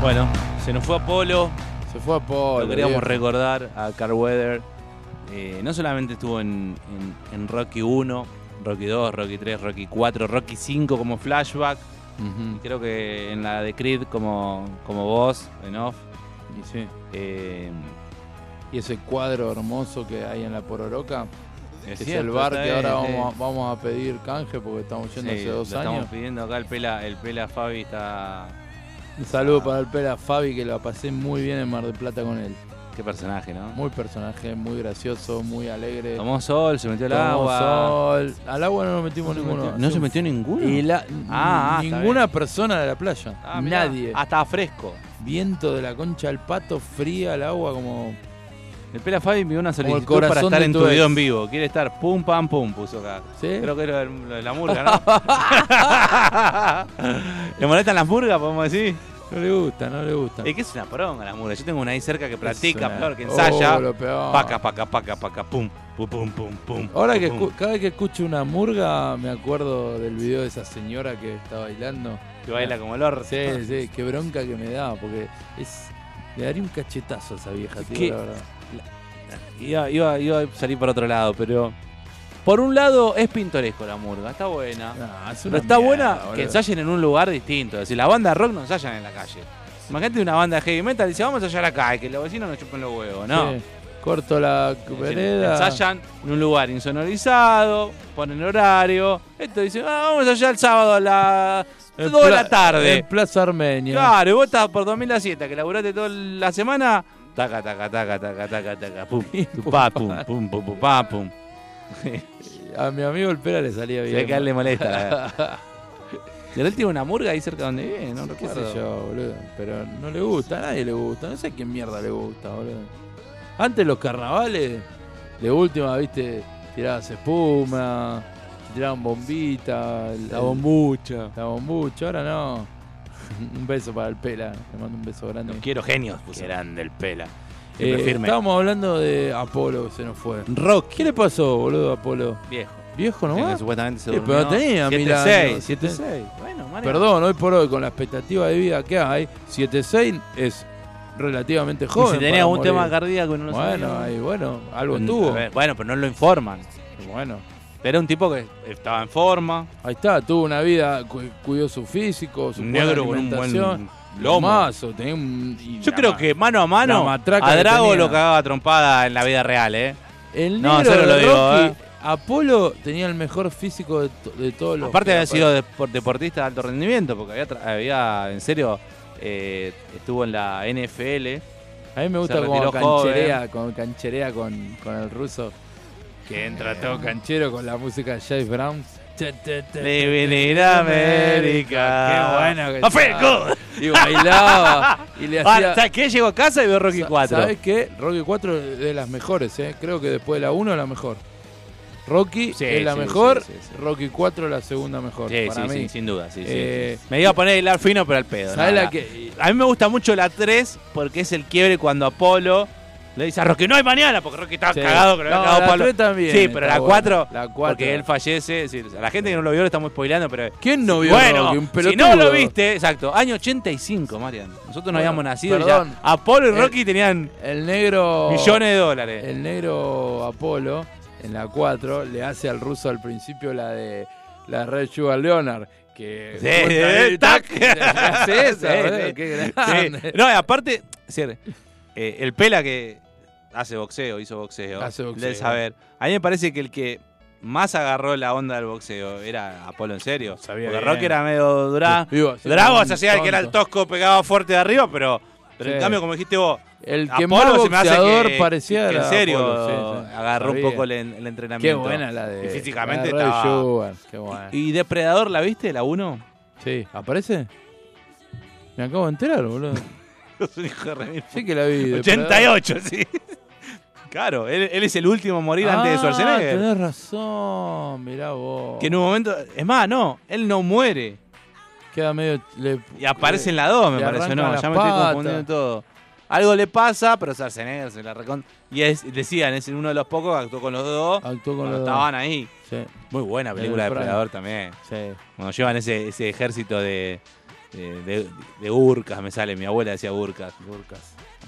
Speaker 4: Bueno, se nos fue Apolo.
Speaker 5: Se fue a Paul.
Speaker 4: Lo queríamos recordar a Carl Weather. Eh, no solamente estuvo en, en- en Rocky 1, Rocky 2, Rocky 3, Rocky 4, Rocky 5 como flashback. Y creo que en la de Creed como, como voz, en off.
Speaker 5: Y, sí.
Speaker 4: Eh,
Speaker 5: Y ese cuadro hermoso que hay en la Pororoca,
Speaker 4: es
Speaker 5: que es el
Speaker 4: cierto,
Speaker 5: bar
Speaker 4: está
Speaker 5: que
Speaker 4: bien,
Speaker 5: ahora
Speaker 4: sí.
Speaker 5: vamos a, vamos a pedir canje porque estamos yendo
Speaker 4: Sí,
Speaker 5: hace dos
Speaker 4: lo
Speaker 5: años.
Speaker 4: Estamos pidiendo acá el pela, el pela Fabi está.
Speaker 5: Un saludo para el Pera Fabi, que la pasé muy bien en Mar del Plata con él.
Speaker 4: Qué personaje, ¿no?
Speaker 5: Muy personaje, muy gracioso, muy alegre.
Speaker 4: Tomó sol, se metió al
Speaker 5: Tomó
Speaker 4: agua.
Speaker 5: sol. Al agua no nos metimos
Speaker 4: No se
Speaker 5: ninguno.
Speaker 4: metió- no se metió ninguno.
Speaker 5: Y la-
Speaker 4: Ah, ah, está
Speaker 5: ninguna persona de la playa.
Speaker 4: Ah, mirá,
Speaker 5: Nadie.
Speaker 4: Hasta fresco.
Speaker 5: Viento de la concha al pato, fría el agua como.
Speaker 4: El Pela Fabi envió una
Speaker 5: Como el
Speaker 4: solicitud para
Speaker 5: corazón
Speaker 4: estar
Speaker 5: de
Speaker 4: en
Speaker 5: tu
Speaker 4: tu ¿Eh? video
Speaker 5: ex.
Speaker 4: en vivo. Quiere estar pum pam pum, puso acá.
Speaker 5: ¿Sí?
Speaker 4: Creo que era lo de la murga, ¿no? *laughs* ¿Le molestan las murgas, podemos decir?
Speaker 5: No le gusta, no le gusta.
Speaker 4: Es que es una poronga la murga. Yo tengo una ahí cerca que practica,
Speaker 5: una-
Speaker 4: peor, que
Speaker 5: Oh,
Speaker 4: ensaya.
Speaker 5: lo peor.
Speaker 4: Paca, paca, paca, paca, pum, pum, pum, pum, pum.
Speaker 5: Ahora que
Speaker 4: pum.
Speaker 5: escu- cada vez que escucho una murga me acuerdo del video de esa señora que está bailando.
Speaker 4: Que baila como el orto.
Speaker 5: Sí, sí, qué bronca que me da, porque es. Le daría un cachetazo a esa vieja, tío,
Speaker 4: ¿Qué?
Speaker 5: la verdad.
Speaker 4: Iba, iba, iba a salir para otro lado, pero... Por un lado, es pintoresco la murga. Está buena.
Speaker 5: No, es
Speaker 4: Pero
Speaker 5: una
Speaker 4: está
Speaker 5: mierda,
Speaker 4: buena que
Speaker 5: boludo.
Speaker 4: ensayen en un lugar distinto. Es decir, las bandas rock no ensayan en la calle. Imagínate una banda de heavy metal dice, vamos a ensayar acá, y que los vecinos nos chupen los huevos. No.
Speaker 5: Sí. Corto la
Speaker 4: Es decir,
Speaker 5: vereda.
Speaker 4: Ensayan en un lugar insonorizado, ponen horario. Esto dice, "Ah, vamos allá el sábado a las
Speaker 5: En
Speaker 4: 2 de la
Speaker 5: pla-
Speaker 4: tarde.
Speaker 5: En Plaza Armenia.
Speaker 4: Claro, y vos estás por 2007, que laburaste toda la semana. Taca, taca, taca, taca, taca, taca, pum, tu pa, pum, pum, pum, pum, pa, pum.
Speaker 5: A mi amigo el Pera le salía
Speaker 4: Se
Speaker 5: bien.
Speaker 4: ve que a él le molesta. eh.
Speaker 5: *laughs*
Speaker 4: La... Pero él tiene una murga ahí cerca donde vive, no
Speaker 5: Qué
Speaker 4: recuerdo.
Speaker 5: sé yo, boludo. Pero no le gusta, a nadie le gusta. No sé qué mierda le gusta, boludo. Antes los carnavales, de última, viste, tirabas espuma, tiraban bombita, el-
Speaker 8: La
Speaker 5: el-
Speaker 8: bombucha.
Speaker 5: la bombucha, ahora no. *laughs* un beso para el Pela, le mando un beso grande.
Speaker 4: Los quiero genios, puso. Grande el pela.
Speaker 5: Eh, estábamos hablando de Apolo que se nos fue.
Speaker 4: Rock.
Speaker 5: ¿Qué le pasó, boludo, a Apolo?
Speaker 4: Viejo.
Speaker 5: ¿Viejo
Speaker 4: Que
Speaker 5: nomás?
Speaker 4: supuestamente se
Speaker 5: Sí,
Speaker 4: durmió.
Speaker 5: pero tenía mil años,
Speaker 4: 7-6,
Speaker 5: siete-
Speaker 4: 7-6. Bueno, Mario.
Speaker 5: Perdón, hoy por hoy, con la expectativa de vida que hay, 7-6 es relativamente
Speaker 4: Y
Speaker 5: joven.
Speaker 4: si tenía
Speaker 5: para
Speaker 4: algún
Speaker 5: morir.
Speaker 4: tema cardíaco y no lo
Speaker 5: Bueno,
Speaker 4: sabía.
Speaker 5: ahí, bueno, algo
Speaker 4: Mm, a
Speaker 5: tuvo.
Speaker 4: ver, Bueno, pero no lo informan.
Speaker 5: Bueno,
Speaker 4: Era un tipo que estaba en forma,
Speaker 5: ahí está, tuvo una vida, cu- cuidó su físico, su
Speaker 4: un
Speaker 5: buena
Speaker 4: negro con un buen
Speaker 5: alimentación,
Speaker 4: lomo.
Speaker 5: mazo, tenía un- y
Speaker 4: Yo
Speaker 5: la
Speaker 4: creo
Speaker 5: ma-
Speaker 4: que mano a mano
Speaker 5: la matraca
Speaker 4: a
Speaker 5: que
Speaker 4: Drago
Speaker 5: tenía.
Speaker 4: lo cagaba a trompada en la vida real, ¿eh?
Speaker 5: El
Speaker 4: No,
Speaker 5: negro
Speaker 4: en serio
Speaker 5: de
Speaker 4: lo digo,
Speaker 5: Rocky,
Speaker 4: ¿eh?
Speaker 5: Apolo tenía el mejor físico de, to- de todos los.
Speaker 4: Aparte
Speaker 5: que
Speaker 4: había
Speaker 5: apare-
Speaker 4: sido depor- deportista de alto rendimiento, porque había, tra- había en serio, eh, estuvo en la NFL,
Speaker 5: A mí me gusta
Speaker 4: se
Speaker 5: como
Speaker 4: retiró
Speaker 5: cancherea, con, cancherea con, con el ruso.
Speaker 4: que entra
Speaker 5: Era todo canchero con la música de James Brown. Te, te, te,
Speaker 4: De
Speaker 5: te,
Speaker 4: venir
Speaker 5: te,
Speaker 4: a
Speaker 5: te,
Speaker 4: América.
Speaker 5: Qué bueno que
Speaker 4: ¡A fuego!
Speaker 5: estaba. Y bailaba.
Speaker 4: *laughs*
Speaker 5: y le hacía.
Speaker 4: Ahora, Ah, ¿Sabes qué? Llego a casa y veo Rocky
Speaker 5: Sa-
Speaker 4: 4.
Speaker 5: ¿Sabes qué? Rocky 4 es de las mejores, ¿eh? Creo que después de la 1 es la mejor. Rocky
Speaker 4: Sí,
Speaker 5: es la
Speaker 4: sí,
Speaker 5: mejor,
Speaker 4: sí, sí, sí.
Speaker 5: Rocky 4 es la segunda mejor.
Speaker 4: Sí,
Speaker 5: para
Speaker 4: sí,
Speaker 5: mí.
Speaker 4: sí, sin duda. Sí, sí,
Speaker 5: Eh,
Speaker 4: sí. Me iba a poner el hilar fino, pero al pedo.
Speaker 5: ¿Sabes
Speaker 4: nada.
Speaker 5: la que.?
Speaker 4: A mí me gusta mucho la 3 porque es el quiebre cuando Apolo le dice a Rocky, no hay mañana, porque Rocky estaba
Speaker 5: Sí.
Speaker 4: cagado que lo había
Speaker 5: No,
Speaker 4: cagado
Speaker 5: la
Speaker 4: Apolo.
Speaker 5: tres también
Speaker 4: sí, pero
Speaker 5: está
Speaker 4: la
Speaker 5: buena.
Speaker 4: 4,
Speaker 5: La cuatro.
Speaker 4: porque él fallece. es decir, a la gente que no lo vio lo estamos spoileando, pero...
Speaker 5: ¿Quién no vio
Speaker 4: bueno,
Speaker 5: Rocky? Un
Speaker 4: si no lo
Speaker 5: pelotudo.
Speaker 4: viste, exacto, año 85, Marian. Nosotros no
Speaker 5: Bueno,
Speaker 4: habíamos nacido y
Speaker 5: perdón.
Speaker 4: ya. Apolo y
Speaker 5: Eh,
Speaker 4: Rocky tenían
Speaker 5: El negro.
Speaker 4: millones de dólares.
Speaker 5: El negro Apolo, en la 4, le hace al ruso al principio la de la Red Sugar Leonard. Que.
Speaker 4: Sí, eh, tac.
Speaker 5: Le *laughs* hace esa,
Speaker 4: Sí,
Speaker 5: boludo,
Speaker 4: sí.
Speaker 5: qué
Speaker 4: Sí.
Speaker 5: grande.
Speaker 4: No, y aparte, es decir, eh, el Pela que hace boxeo, hizo boxeo,
Speaker 5: Hace boxeo.
Speaker 4: del saber. A mí me parece que el que más agarró la onda del boxeo era Apolo en serio.
Speaker 5: Sabía
Speaker 4: Porque
Speaker 5: bien.
Speaker 4: Rocky era medio dura.
Speaker 5: Iba a ser
Speaker 4: Drago
Speaker 5: un
Speaker 4: se hacía el que era el
Speaker 5: tonto.
Speaker 4: tosco, pegaba fuerte de arriba, pero, pero en
Speaker 5: Sí.
Speaker 4: cambio, como dijiste vos,
Speaker 5: El que
Speaker 4: Apolo
Speaker 5: más
Speaker 4: se me hace
Speaker 5: boxeador
Speaker 4: que-
Speaker 5: parecía
Speaker 4: que en
Speaker 5: era
Speaker 4: serio
Speaker 5: Apolo, sí, sí.
Speaker 4: agarró un
Speaker 5: Sabía.
Speaker 4: poco el, en- el entrenamiento.
Speaker 5: Qué buena la de.
Speaker 4: Y físicamente
Speaker 5: la de Ray
Speaker 4: estaba-
Speaker 5: Sugar, Qué buena.
Speaker 4: ¿Y Depredador la viste, la
Speaker 5: *laughs*
Speaker 4: 1?
Speaker 5: Sí, ¿aparece? Me acabo de enterar, boludo.
Speaker 4: Es un hijo de remil.
Speaker 5: Sí que la vi. de Predator.
Speaker 4: 88, sí. *laughs* Claro, él, él es el último a morir antes de
Speaker 5: Ah,
Speaker 4: Schwarzenegger.
Speaker 5: Tenés razón, mirá vos.
Speaker 4: Que en un momento. Es más, no, él no muere.
Speaker 5: Queda medio. le-
Speaker 4: Y aparece en la 2, me
Speaker 5: Eh, Le
Speaker 4: parece,
Speaker 5: arrancan
Speaker 4: no.
Speaker 5: las
Speaker 4: Ya me estoy
Speaker 5: patas.
Speaker 4: confundiendo todo. Algo le pasa, pero Schwarzenegger se la recon. Y es, decían, es uno de los pocos que actuó con los dos.
Speaker 5: Actuó con
Speaker 4: cuando
Speaker 5: los dos.
Speaker 4: estaban ahí.
Speaker 5: Sí,
Speaker 4: Muy buena película de
Speaker 5: Prime.
Speaker 4: Predador también.
Speaker 5: sí.
Speaker 4: Cuando llevan ese, ese ejército de. De, de- de urcas me sale, mi abuela decía urcas.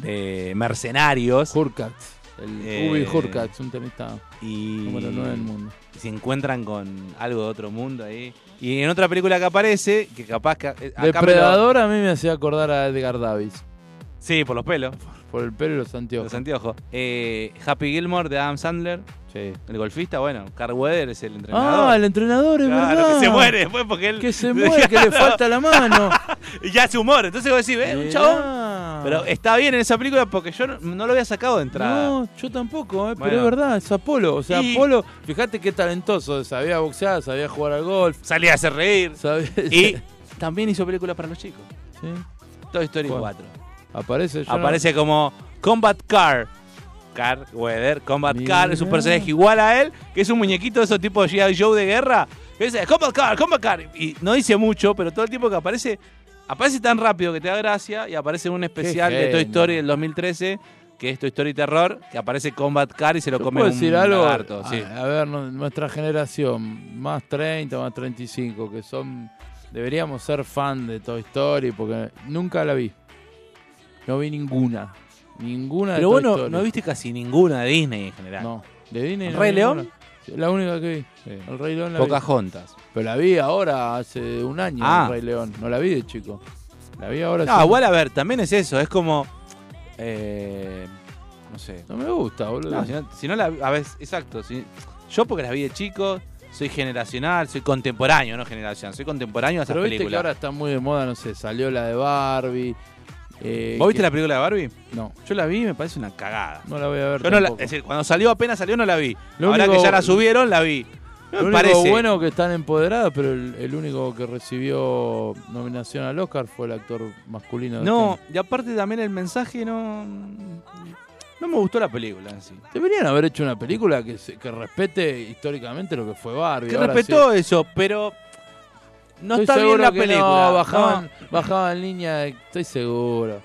Speaker 4: De mercenarios.
Speaker 5: Hurkacz. El
Speaker 4: Eh,
Speaker 5: Ubi Hurkacz, un tenista
Speaker 4: Y.
Speaker 5: número 9 del mundo.
Speaker 4: se encuentran con algo de otro mundo ahí. Y en otra película que aparece, que capaz que. eh, acá me lo-
Speaker 5: Depredador a mí me hacía acordar a Edgar Davis.
Speaker 4: Sí, por los pelos,
Speaker 5: Por el pelo y los anteojos.
Speaker 4: los anteojos. Eh, Happy Gilmore de Adam Sandler,
Speaker 5: Sí.
Speaker 4: el golfista, bueno, Carl Weather es el entrenador.
Speaker 5: Ah, el entrenador, es
Speaker 4: Claro,
Speaker 5: verdad.
Speaker 4: que se muere después porque él. *laughs*
Speaker 5: Que se muere, que le falta la mano.
Speaker 4: y ya hace humor. Entonces vos decís, ¿ves? Un chabón.
Speaker 5: Mirá.
Speaker 4: Pero está bien en esa película porque yo no, no lo había sacado de entrada.
Speaker 5: No, yo tampoco, eh,
Speaker 4: Bueno.
Speaker 5: pero es verdad, es Apolo. O sea,
Speaker 4: Y-
Speaker 5: Apolo, fíjate qué talentoso, sabía boxear, sabía jugar al golf,
Speaker 4: Salía a hacer reír.
Speaker 5: sabía...
Speaker 4: Y
Speaker 5: *laughs*
Speaker 4: también hizo películas para los chicos.
Speaker 5: Sí.
Speaker 4: Toy Story
Speaker 5: ¿Cuál?
Speaker 4: 4.
Speaker 5: Aparece, yo no-
Speaker 4: Aparece como Combat Car. Car Weather, Combat
Speaker 5: Mirá.
Speaker 4: Car, es un personaje igual a él, que es un muñequito de esos tipos G.I. Joe de guerra. que dice, Combat Car, Combat Car. Y no dice mucho, pero todo el tiempo que aparece, aparece tan rápido que te da gracia. Y aparece en un especial de Toy
Speaker 5: genio.
Speaker 4: Story del 2013, que es Toy Story Terror, que aparece Combat Car y se lo
Speaker 5: Yo
Speaker 4: come
Speaker 5: puedo
Speaker 4: un
Speaker 5: decir algo? Ah,
Speaker 4: lagarto,
Speaker 5: a,
Speaker 4: sí.
Speaker 5: a ver, no- nuestra generación, más 30, más 35, que son. Deberíamos ser fan de Toy Story porque nunca la vi. No vi ninguna. Ninguna
Speaker 4: Pero
Speaker 5: de Toy
Speaker 4: bueno,
Speaker 5: Story.
Speaker 4: no viste casi ninguna de Disney en general.
Speaker 5: No, de Disney.
Speaker 4: ¿El
Speaker 5: no
Speaker 4: Rey
Speaker 5: vi
Speaker 4: León?
Speaker 5: ninguna. Sí, La única que vi. El Rey León la vi.
Speaker 4: Pocahontas.
Speaker 5: Pero la vi ahora, hace un año,
Speaker 4: Ah.
Speaker 5: el Rey León. No la vi de chico. La vi ahora.
Speaker 4: No,
Speaker 5: hace-
Speaker 4: igual a ver, también es eso, es como. eh, No sé.
Speaker 5: No me gusta, boludo.
Speaker 4: No, si no, si no la, a veces, exacto. si- yo porque las vi de chico, soy generacional, soy contemporáneo, no generacional, soy contemporáneo a esas
Speaker 5: Pero viste que
Speaker 4: películas.
Speaker 5: ahora está muy de moda, no sé, salió la de Barbie. eh,
Speaker 4: ¿Vos viste
Speaker 5: que-
Speaker 4: la película de Barbie?
Speaker 5: No,
Speaker 4: Yo la vi y me parece una cagada.
Speaker 5: no la voy a ver.
Speaker 4: Yo no la- es
Speaker 5: tampoco.
Speaker 4: decir, cuando salió, apenas salió, no la vi.
Speaker 5: Lo
Speaker 4: ahora
Speaker 5: único-
Speaker 4: que ya la subieron, la vi. No
Speaker 5: Lo
Speaker 4: me
Speaker 5: único
Speaker 4: parece.
Speaker 5: bueno que están empoderados, pero el, el único que recibió nominación al Oscar fue el actor masculino. de
Speaker 4: No,
Speaker 5: este.
Speaker 4: y aparte también el mensaje no. No me gustó la película en sí.
Speaker 5: Deberían haber hecho una película que, se- que respete históricamente lo que fue Barbie.
Speaker 4: Que
Speaker 5: Ahora
Speaker 4: respetó
Speaker 5: sí.
Speaker 4: eso, pero. No
Speaker 5: Estoy
Speaker 4: está bien
Speaker 5: seguro
Speaker 4: la
Speaker 5: que
Speaker 4: película.
Speaker 5: No,
Speaker 4: no.
Speaker 5: bajaban, bajaban línea, de- estoy seguro.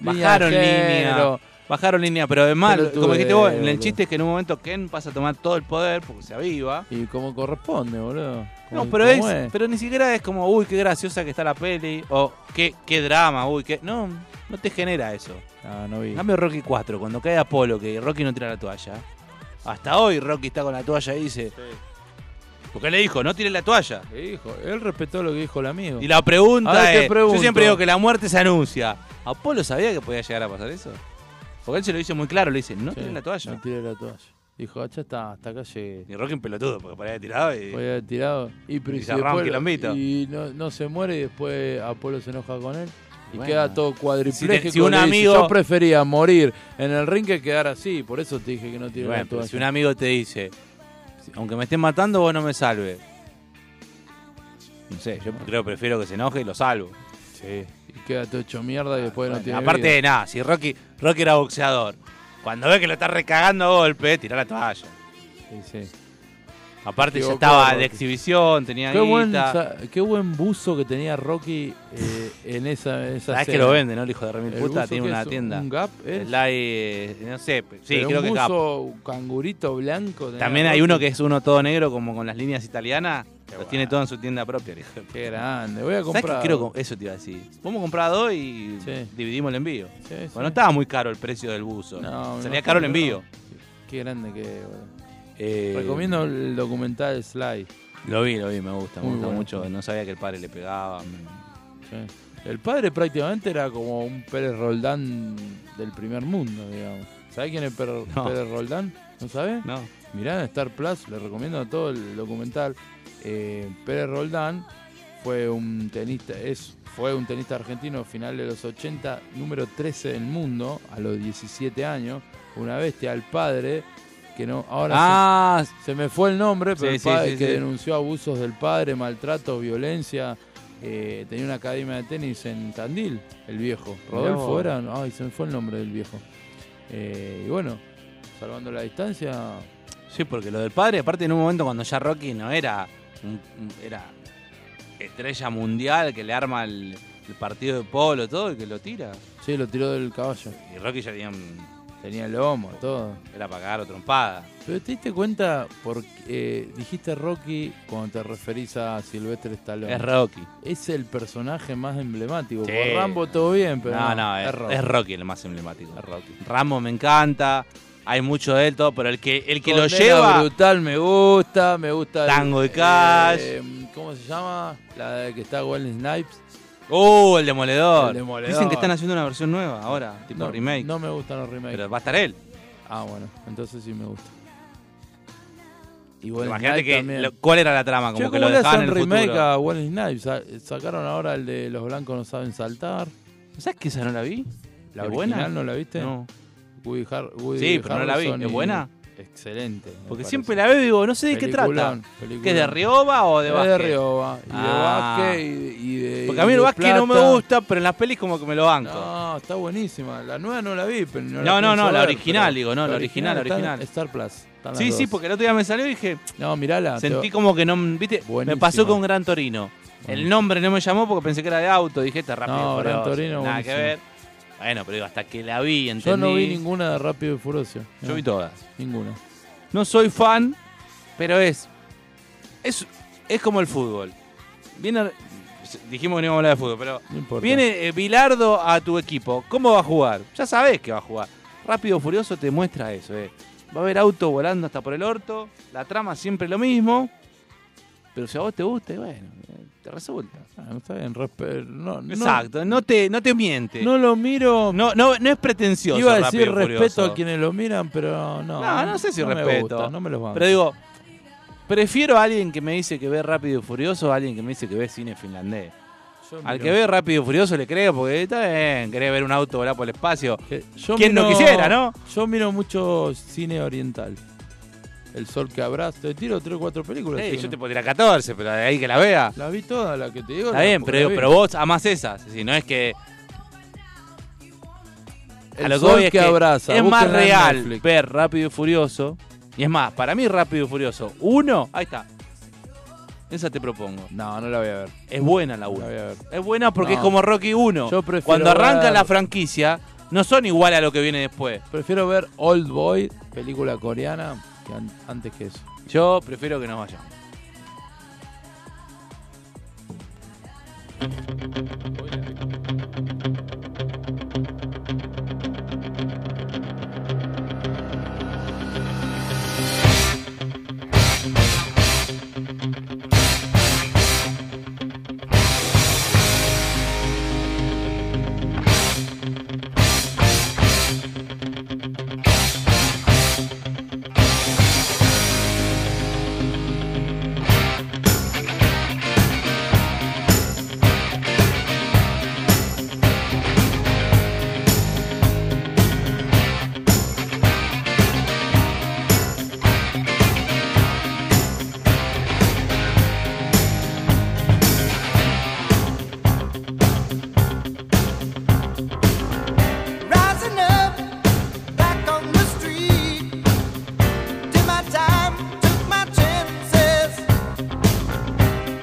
Speaker 5: Línea
Speaker 4: Bajaron
Speaker 5: de
Speaker 4: línea.
Speaker 5: género.
Speaker 4: Bajaron línea, pero además,
Speaker 5: Pelotude,
Speaker 4: como dijiste vos, en el
Speaker 5: boludo.
Speaker 4: chiste es que en un momento Ken pasa a tomar todo el poder porque se aviva.
Speaker 5: Y como corresponde, boludo.
Speaker 4: No,
Speaker 5: Como-
Speaker 4: pero
Speaker 5: como
Speaker 4: es, pero ni siquiera es como, uy, qué graciosa que está la peli, o qué, qué drama, uy, qué. No, no te genera eso.
Speaker 5: Ah, no
Speaker 4: En
Speaker 5: vi.
Speaker 4: cambio, Rocky 4, cuando cae Apolo, que Rocky no tira la toalla. Hasta hoy Rocky está con la toalla y dice. Porque le dijo, no tires la toalla.
Speaker 5: ¿Qué dijo? Él respetó lo que dijo el amigo.
Speaker 4: Y la pregunta
Speaker 5: Ahora te
Speaker 4: es,
Speaker 5: pregunto.
Speaker 4: yo siempre digo que la muerte se anuncia. ¿Apolo sabía que podía llegar a pasar eso? Porque él se lo dice muy claro, le dice, no
Speaker 5: Sí,
Speaker 4: tires la toalla.
Speaker 5: No tiré la toalla. Dijo, ah, ya está, hasta acá llegué.
Speaker 4: Ni Rocky un pelotudo, porque por ahí tirado y...
Speaker 5: Voy a haber tirado. Y, pero
Speaker 4: Y
Speaker 5: si
Speaker 4: cerraba un quilombito.
Speaker 5: y no, no se muere y después Apolo se enoja con él. Y
Speaker 4: Bueno.
Speaker 5: queda todo cuadripléjico.
Speaker 4: Si te- si un
Speaker 5: Le dice,
Speaker 4: amigo-
Speaker 5: Yo prefería morir en el ring que quedar así. Por eso te dije que no tiré
Speaker 4: Bueno,
Speaker 5: la
Speaker 4: pero
Speaker 5: toalla.
Speaker 4: si un amigo te dice, aunque me estén matando, vos no me salves. No sé, yo creo que prefiero que se enoje y lo salvo.
Speaker 5: Sí. Y queda todo hecho mierda y después no
Speaker 4: Ah, Bueno,
Speaker 5: tiene
Speaker 4: aparte
Speaker 5: vida.
Speaker 4: de nada, si Rocky, Rocky era boxeador, cuando ve que lo está recagando a golpe, tirá la toalla.
Speaker 5: Sí, sí.
Speaker 4: Aparte ya
Speaker 5: Equivocó,
Speaker 4: estaba
Speaker 5: Rocky.
Speaker 4: de exhibición, tenía
Speaker 5: Qué buen,
Speaker 4: guita.
Speaker 5: sa- qué buen buzo que tenía Rocky eh, en esa, en esa
Speaker 4: Sabés que
Speaker 5: escena.
Speaker 4: lo vende, ¿no? El hijo de Remil
Speaker 5: El
Speaker 4: Puta
Speaker 5: buzo
Speaker 4: tiene
Speaker 5: que
Speaker 4: una
Speaker 5: es
Speaker 4: tienda.
Speaker 5: Un gap, es,
Speaker 4: El Lai, eh, no sé, pe- sí,
Speaker 5: pero
Speaker 4: creo
Speaker 5: un eh,
Speaker 4: que
Speaker 5: buzo,
Speaker 4: Gap.
Speaker 5: un cangurito blanco. tenía
Speaker 4: También hay uno
Speaker 5: Rocky.
Speaker 4: que es uno todo negro, como con las líneas italianas. Los
Speaker 5: bueno.
Speaker 4: tiene todo en su tienda propia. el hijo de puta.
Speaker 5: Qué grande. Voy a
Speaker 4: ¿Sabés
Speaker 5: comprar.
Speaker 4: qué? Creo que eso te iba a decir. Vamos a comprar dos y
Speaker 5: Sí.
Speaker 4: dividimos el envío.
Speaker 5: Sí, sí.
Speaker 4: Bueno, no estaba muy caro el precio del buzo.
Speaker 5: No, me
Speaker 4: Salía
Speaker 5: imagino
Speaker 4: caro el
Speaker 5: que
Speaker 4: envío.
Speaker 5: Qué grande que es, boludo.
Speaker 4: Eh,
Speaker 5: Recomiendo el documental Sly.
Speaker 4: Lo vi, lo vi, me gusta, me
Speaker 5: Muy
Speaker 4: gusta
Speaker 5: bueno.
Speaker 4: mucho. No sabía que el padre le pegaba.
Speaker 5: Sí. El padre prácticamente era como un Pérez Roldán del primer mundo, digamos. ¿Sabés quién es Pérez,
Speaker 4: No.
Speaker 5: Pérez Roldán? ¿No sabés?
Speaker 4: No.
Speaker 5: Mirá en Star Plus, le recomiendo a todo el documental. Eh, Pérez Roldán fue un tenista, es, fue un tenista argentino final de los 80, número 13 del mundo, a los 17 años, una bestia, el padre, que no, ahora se-
Speaker 4: Ah,
Speaker 5: Se me fue el nombre, pero
Speaker 4: Sí,
Speaker 5: el
Speaker 4: sí,
Speaker 5: padre
Speaker 4: sí,
Speaker 5: que
Speaker 4: sí.
Speaker 5: denunció abusos del padre, maltrato, violencia. eh, tenía una academia de tenis en Tandil, el viejo. Rodolfo
Speaker 4: vos.
Speaker 5: era. Ay, se me fue el nombre del viejo. Eh, y bueno, salvando la distancia.
Speaker 4: Sí, porque lo del padre, aparte en un momento cuando ya Rocky no era un- un- era estrella mundial que le arma el, el partido de polo, todo, y que lo tira.
Speaker 5: Sí, lo tiró del caballo.
Speaker 4: Y Rocky ya tenía, un-
Speaker 5: Tenía lomo, todo.
Speaker 4: era para cagar o trompada.
Speaker 5: Pero te diste cuenta, porque dijiste Rocky cuando te referís a Silvestre Stallone.
Speaker 4: Es Rocky.
Speaker 5: es el personaje más emblemático.
Speaker 4: Sí.
Speaker 5: Por Rambo todo bien, pero.
Speaker 4: no, no, es,
Speaker 5: es Rocky.
Speaker 4: es Rocky el más emblemático.
Speaker 5: Es Rocky.
Speaker 4: Ramos me encanta, hay mucho de él, todo, pero el que, el que lo
Speaker 5: Condena
Speaker 4: lleva...
Speaker 5: brutal me gusta, me gusta. el-
Speaker 4: Tango de Cash.
Speaker 5: eh, ¿Cómo se llama? La de que está Wesley Snipes.
Speaker 4: ¡Uh, el demoledor!
Speaker 5: El Demoledor.
Speaker 4: Dicen que están haciendo una versión nueva ahora, tipo
Speaker 5: no,
Speaker 4: remake.
Speaker 5: No me gustan los remakes.
Speaker 4: Pero va a estar él.
Speaker 5: Ah, bueno, entonces sí me gusta. Y Wesley
Speaker 4: Imagínate
Speaker 5: Snipes
Speaker 4: que
Speaker 5: también.
Speaker 4: lo- cuál era la trama, como
Speaker 5: Che,
Speaker 4: que
Speaker 5: ¿cómo
Speaker 4: lo
Speaker 5: le
Speaker 4: dejaban en
Speaker 5: hacen
Speaker 4: el
Speaker 5: remake
Speaker 4: futuro.
Speaker 5: a Wesley Snipes? Sa- Sacaron ahora el de Los Blancos No Saben Saltar.
Speaker 4: ¿Sabes que esa no la vi?
Speaker 5: ¿La
Speaker 4: ¿Es
Speaker 5: original
Speaker 4: buena?
Speaker 5: no la viste?
Speaker 4: No.
Speaker 5: Woody Har- Woody
Speaker 4: Sí, pero no la vi.
Speaker 5: Harrelson
Speaker 4: ¿Es
Speaker 5: y-
Speaker 4: buena?
Speaker 5: Excelente. me
Speaker 4: Porque
Speaker 5: parece.
Speaker 4: siempre la veo y digo, no sé de qué trata.
Speaker 5: Peliculón, peliculón.
Speaker 4: ¿Que es de Rioba o de
Speaker 5: Es de
Speaker 4: Vázquez?
Speaker 5: Rioba. Y de
Speaker 4: Ah.
Speaker 5: Vázquez y de- y de.
Speaker 4: Porque a mí
Speaker 5: y
Speaker 4: el
Speaker 5: de
Speaker 4: Vázquez no me
Speaker 5: Plata.
Speaker 4: gusta, pero en las pelis como que me lo banco.
Speaker 5: No, está buenísima. La nueva no la vi, pero no
Speaker 4: No,
Speaker 5: la
Speaker 4: no,
Speaker 5: pienso
Speaker 4: no, la
Speaker 5: ver,
Speaker 4: original,
Speaker 5: pero-
Speaker 4: digo, no, la original, la
Speaker 5: está en
Speaker 4: original.
Speaker 5: Star Plus. están las
Speaker 4: sí, sí,
Speaker 5: dos.
Speaker 4: porque el otro día me salió y dije,
Speaker 5: No, mirala. te
Speaker 4: sentí
Speaker 5: va-
Speaker 4: como que no, viste,
Speaker 5: Buenísima.
Speaker 4: me pasó con Gran Torino. El
Speaker 5: Buenísima.
Speaker 4: nombre no me llamó porque pensé que era de auto, dije, está rápido.
Speaker 5: No,
Speaker 4: y
Speaker 5: Gran
Speaker 4: Furioso,
Speaker 5: Torino,
Speaker 4: Nada
Speaker 5: buenísimo.
Speaker 4: que ver. Bueno, pero digo, hasta que la vi, entendí.
Speaker 5: Yo no vi ninguna de Rápido y Furioso.
Speaker 4: Yo
Speaker 5: No,
Speaker 4: vi todas.
Speaker 5: Ninguna.
Speaker 4: No soy fan, pero es. Es, es como el fútbol. Viene. Dijimos que no íbamos a hablar de fútbol, pero.
Speaker 5: No importa.
Speaker 4: Viene eh, Bilardo a tu equipo. ¿Cómo va a jugar? Ya sabes que va a jugar. Rápido Furioso te muestra eso, eh. Va a haber auto volando hasta por el orto. La trama siempre lo mismo. Pero si a vos te gusta, y bueno. eh, te resulta.
Speaker 5: Ah, está bien, respe- no, no-
Speaker 4: Exacto, no te, no te miente.
Speaker 5: No lo miro.
Speaker 4: No, no, no es pretencioso.
Speaker 5: Iba a
Speaker 4: Rápido
Speaker 5: decir
Speaker 4: y
Speaker 5: respeto
Speaker 4: Furioso.
Speaker 5: a quienes lo miran, pero no.
Speaker 4: No, no sé si
Speaker 5: me
Speaker 4: respeto.
Speaker 5: gusta, no me los banco.
Speaker 4: Pero digo, prefiero a alguien que me dice que ve Rápido y Furioso a alguien que me dice que ve cine finlandés.
Speaker 5: Yo
Speaker 4: Al
Speaker 5: miro-
Speaker 4: que ve Rápido y Furioso le creo, porque está bien, querés ver un auto volar por el espacio.
Speaker 5: que yo
Speaker 4: ¿Quién no quisiera, no?
Speaker 5: Yo miro mucho cine oriental. El sol que abraza. Te tiro tres o cuatro películas.
Speaker 4: Ey,
Speaker 5: así que
Speaker 4: yo
Speaker 5: no-
Speaker 4: te puedo tirar 14, pero de ahí que la vea.
Speaker 5: La vi toda, la que te digo.
Speaker 4: Está
Speaker 5: la-
Speaker 4: bien,
Speaker 5: porque
Speaker 4: pero, digo,
Speaker 5: la vi.
Speaker 4: pero vos amás esas. Si no es que.
Speaker 5: El
Speaker 4: a lo que
Speaker 5: sol
Speaker 4: voy es
Speaker 5: que
Speaker 4: que
Speaker 5: abraza.
Speaker 4: es más
Speaker 5: búsquenla en
Speaker 4: real
Speaker 5: Netflix.
Speaker 4: ver Rápido y Furioso. Y es más, para mí Rápido y Furioso uno ahí está. Esa te propongo.
Speaker 5: No, no la voy a ver.
Speaker 4: Es buena la
Speaker 5: no la
Speaker 4: 1.
Speaker 5: voy a ver.
Speaker 4: Es buena porque
Speaker 5: No.
Speaker 4: es como Rocky 1.
Speaker 5: Yo prefiero
Speaker 4: Cuando arranca
Speaker 5: ver-
Speaker 4: la franquicia, no son igual a lo que viene después.
Speaker 5: Prefiero ver Old Boy, película coreana, que an- antes que eso.
Speaker 4: Yo prefiero que no vayan.
Speaker 8: Rising up, back on the street. Did my time, took my chances.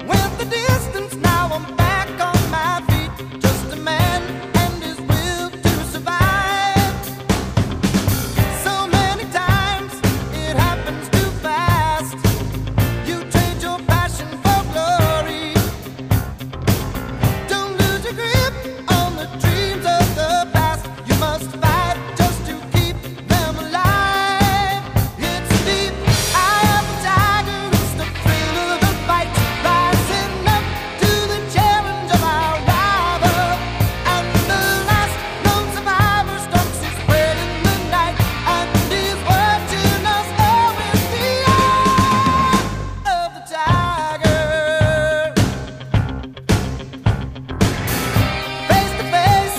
Speaker 8: Went the distance, now I'm back on my feet. Just a man and his will to survive. So many times it happens too fast. You trade your passion for glory. Don't lose your grip on the dreams of the past. You must fight just to keep them alive. It's deep eye of the tiger. It's the thrill of the fight. Rising up to the challenge of our rival. And the last known survivor stalks his prey in the night and is watching us over the eye of the tiger. Face to face,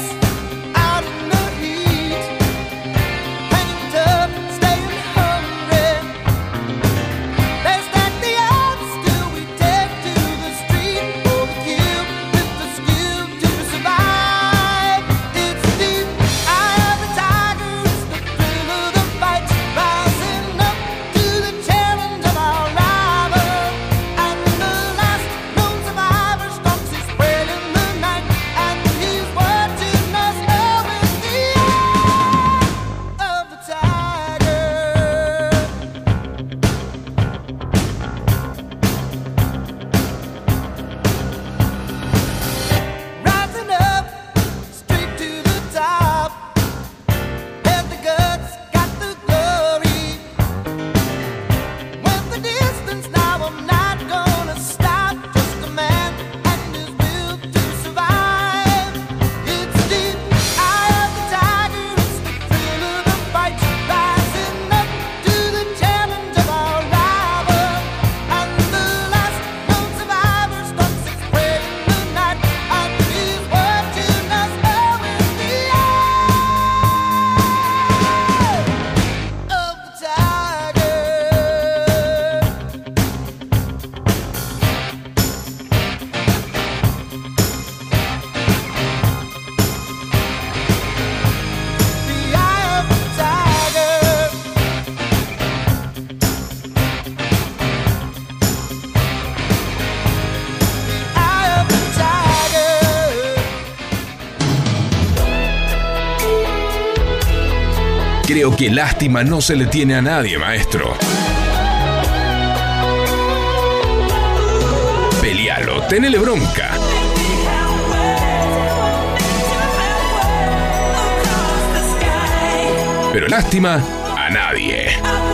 Speaker 8: out in the heat, hanging up, staying hungry. They stack the odds till we take to the street for the kill, with the skill to survive. It's deep, eye of the tiger, it's the thrill of the fight, rising up to the challenge of our rival. And the last known survivor stalks his prey in the night, and he's watching us over the eye of the tiger. Rising up, straight to the top. Had the guts, got the glory. Went the distance, now I'm not gonna stop. Just a man and his will to survive. It's deep, eye of the tiger. It's the thrill of the fight. Rising up to the challenge of our rival. And the last known survivor stalks his prey in the night. And he's watching us over the eye of the tiger. The eye of the tiger. The eye of the tiger.
Speaker 1: Creo que lástima no se le tiene a nadie, maestro. Pelealo, tenele bronca. Pero lástima a nadie.
Speaker 2: I